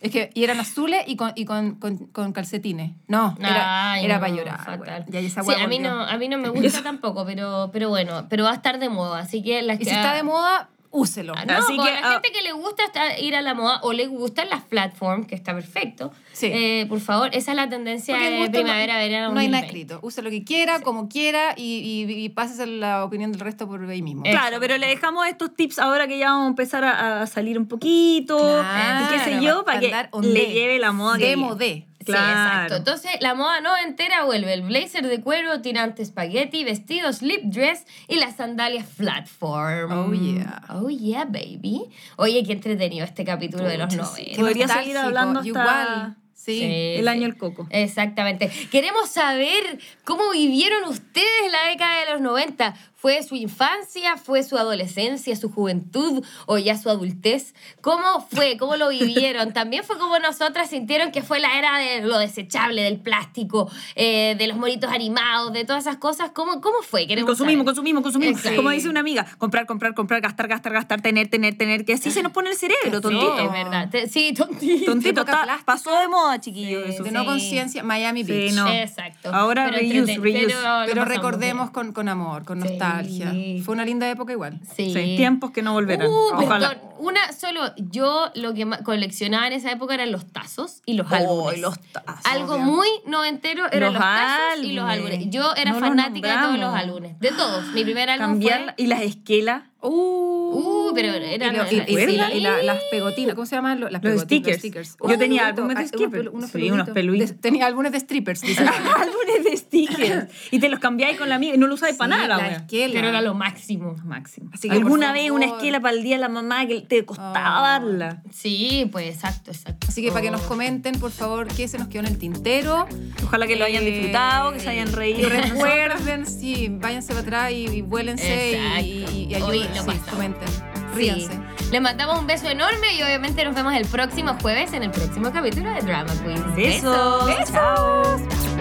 S1: es que y eran azules y con, y con, con, con calcetines. No, era,
S3: Ay,
S1: era
S3: no,
S1: para llorar.
S3: fatal.
S1: güey. Y ahí esa
S3: Sí,
S1: güey
S3: a, mí
S1: volvió.
S3: no, a mí no me gusta tampoco, pero, pero bueno, pero va a estar de moda. Así que las
S1: Y
S3: que-
S1: si está de moda, úselo.
S3: Ah, No,
S2: Así
S3: po,
S2: que,
S3: a la
S2: ah,
S3: gente que le gusta esta- ir a la moda o le gustan las platforms, que está perfecto,
S1: Sí.
S3: eh, por favor, esa es la tendencia
S1: Porque el
S3: de
S1: gusto
S3: primavera,
S1: no,
S3: verano.
S1: No hay nada
S3: 2020.
S1: escrito. Usa lo que quiera, como quiera y, y, y pases la opinión del resto por ahí mismo.
S3: Eh,
S2: Claro, pero le dejamos estos tips ahora que ya vamos a empezar a, a salir un poquito,
S1: Claro,
S2: y qué sé
S1: va
S2: yo,
S1: a
S2: para que
S1: andar on
S2: le
S1: day.
S2: lleve la moda. que
S1: Demo
S2: viene.
S1: de.
S3: Sí,
S2: Claro.
S3: exacto. Entonces, la moda no entera vuelve. El blazer de cuero, tirante espagueti, vestido slip dress y las sandalias platform.
S1: Oh, yeah.
S3: Oh, yeah, baby. Oye, qué entretenido este capítulo de los 90.
S1: Qué
S2: Podría seguir
S1: nostálgico,
S2: hablando hasta-
S1: Igual, sí.
S3: Sí.
S2: El año del
S3: eh,
S2: coco.
S3: Exactamente. Queremos saber cómo vivieron ustedes la década de los 90. ¿Fue su infancia? ¿Fue su adolescencia? ¿Su juventud? ¿O ya su adultez? ¿Cómo fue? ¿Cómo lo vivieron? También fue como nosotras sintieron que fue la era de lo desechable, del plástico, eh, de los monitos animados, de todas esas cosas. ¿Cómo, cómo fue? Queremos
S2: Consumimos,
S3: saber.
S2: consumimos, consumimos.
S3: Exacto.
S2: Como dice una amiga, comprar, comprar, comprar, gastar, gastar, gastar, tener, tener, tener, que así se nos pone el cerebro,
S3: Sí, es
S2: tontito.
S3: verdad. Te- Sí, tontito.
S2: Tontito,
S1: Época
S2: está-
S1: plástica.
S2: pasó de moda, chiquillo,
S3: Sí,
S2: eso.
S1: De
S3: sí.
S1: no conciencia, Miami
S2: Sí,
S1: Beach.
S2: no.
S3: Exacto.
S2: Ahora reuse,
S3: entreten-
S2: reuse.
S3: lo
S1: Eh, Pero
S3: pasamos bien.
S1: recordemos con, con amor, con
S3: Sí.
S1: nostalgia. Fue una linda época igual.
S3: Sí.
S2: Sí, Tiempos que no volverán.
S3: Uh,
S2: Ojalá.
S3: perdón, una solo. Yo lo que ma- coleccionaba en esa época eran los tazos y los
S2: Oh,
S3: álbumes.
S2: los tazos,
S3: Algo
S1: obvio.
S3: muy noventero eran
S2: Los
S3: los, tazos y los
S2: álbumes.
S3: álbumes. Yo era
S2: No los
S3: fanática de todos los
S2: nombramos.
S3: álbumes. De todos. Mi primer álbum
S2: Cambiar y las esquelas.
S1: Uh,
S3: Uh, pero era-
S1: y, lo- y- y-
S3: ¿se
S1: y la-
S3: acuerdan?
S1: y la- las pegotinas, ¿cómo se llaman? Lo- Las
S2: Los
S1: pegotinas, los
S2: stickers.
S1: stickers.
S2: Yo
S1: Unos
S2: tenía
S1: peluditos,
S2: álbumes de
S1: ah, unos
S2: strippers.
S1: pelu- unos
S2: Sí, unos
S1: peluditos.
S2: peluditos.
S1: De- tenía álbumes de strippers. dice.
S2: álbumes de stickers y te los cambiáis con la amiga y no lo usáis para
S1: Sí,
S2: nada.
S1: la
S2: wea.
S1: esquela.
S3: Pero era lo máximo.
S2: Máximo.
S1: Así que,
S2: Alguna
S1: por
S2: vez una
S1: favor.
S2: esquela para el día de la mamá que te costaba
S1: Oh.
S2: darla.
S3: Sí, pues exacto, exacto.
S1: Así que para que nos
S3: Oh.
S1: comenten, por favor, qué se nos quedó en el tintero.
S2: Ojalá que lo hayan
S1: Eh,
S2: disfrutado, que se hayan reído.
S1: Recuerden, sí, váyanse para atrás y, y vuélense y,
S3: Exacto.
S1: y, y
S3: Hoy
S1: ayuden,
S3: lo
S1: sí,
S3: pasamos.
S1: comenten,
S3: Sí.
S1: ríanse.
S3: Les mandamos un beso enorme y obviamente nos vemos el próximo jueves en el próximo capítulo de Drama Queen.
S2: Besos. Chao.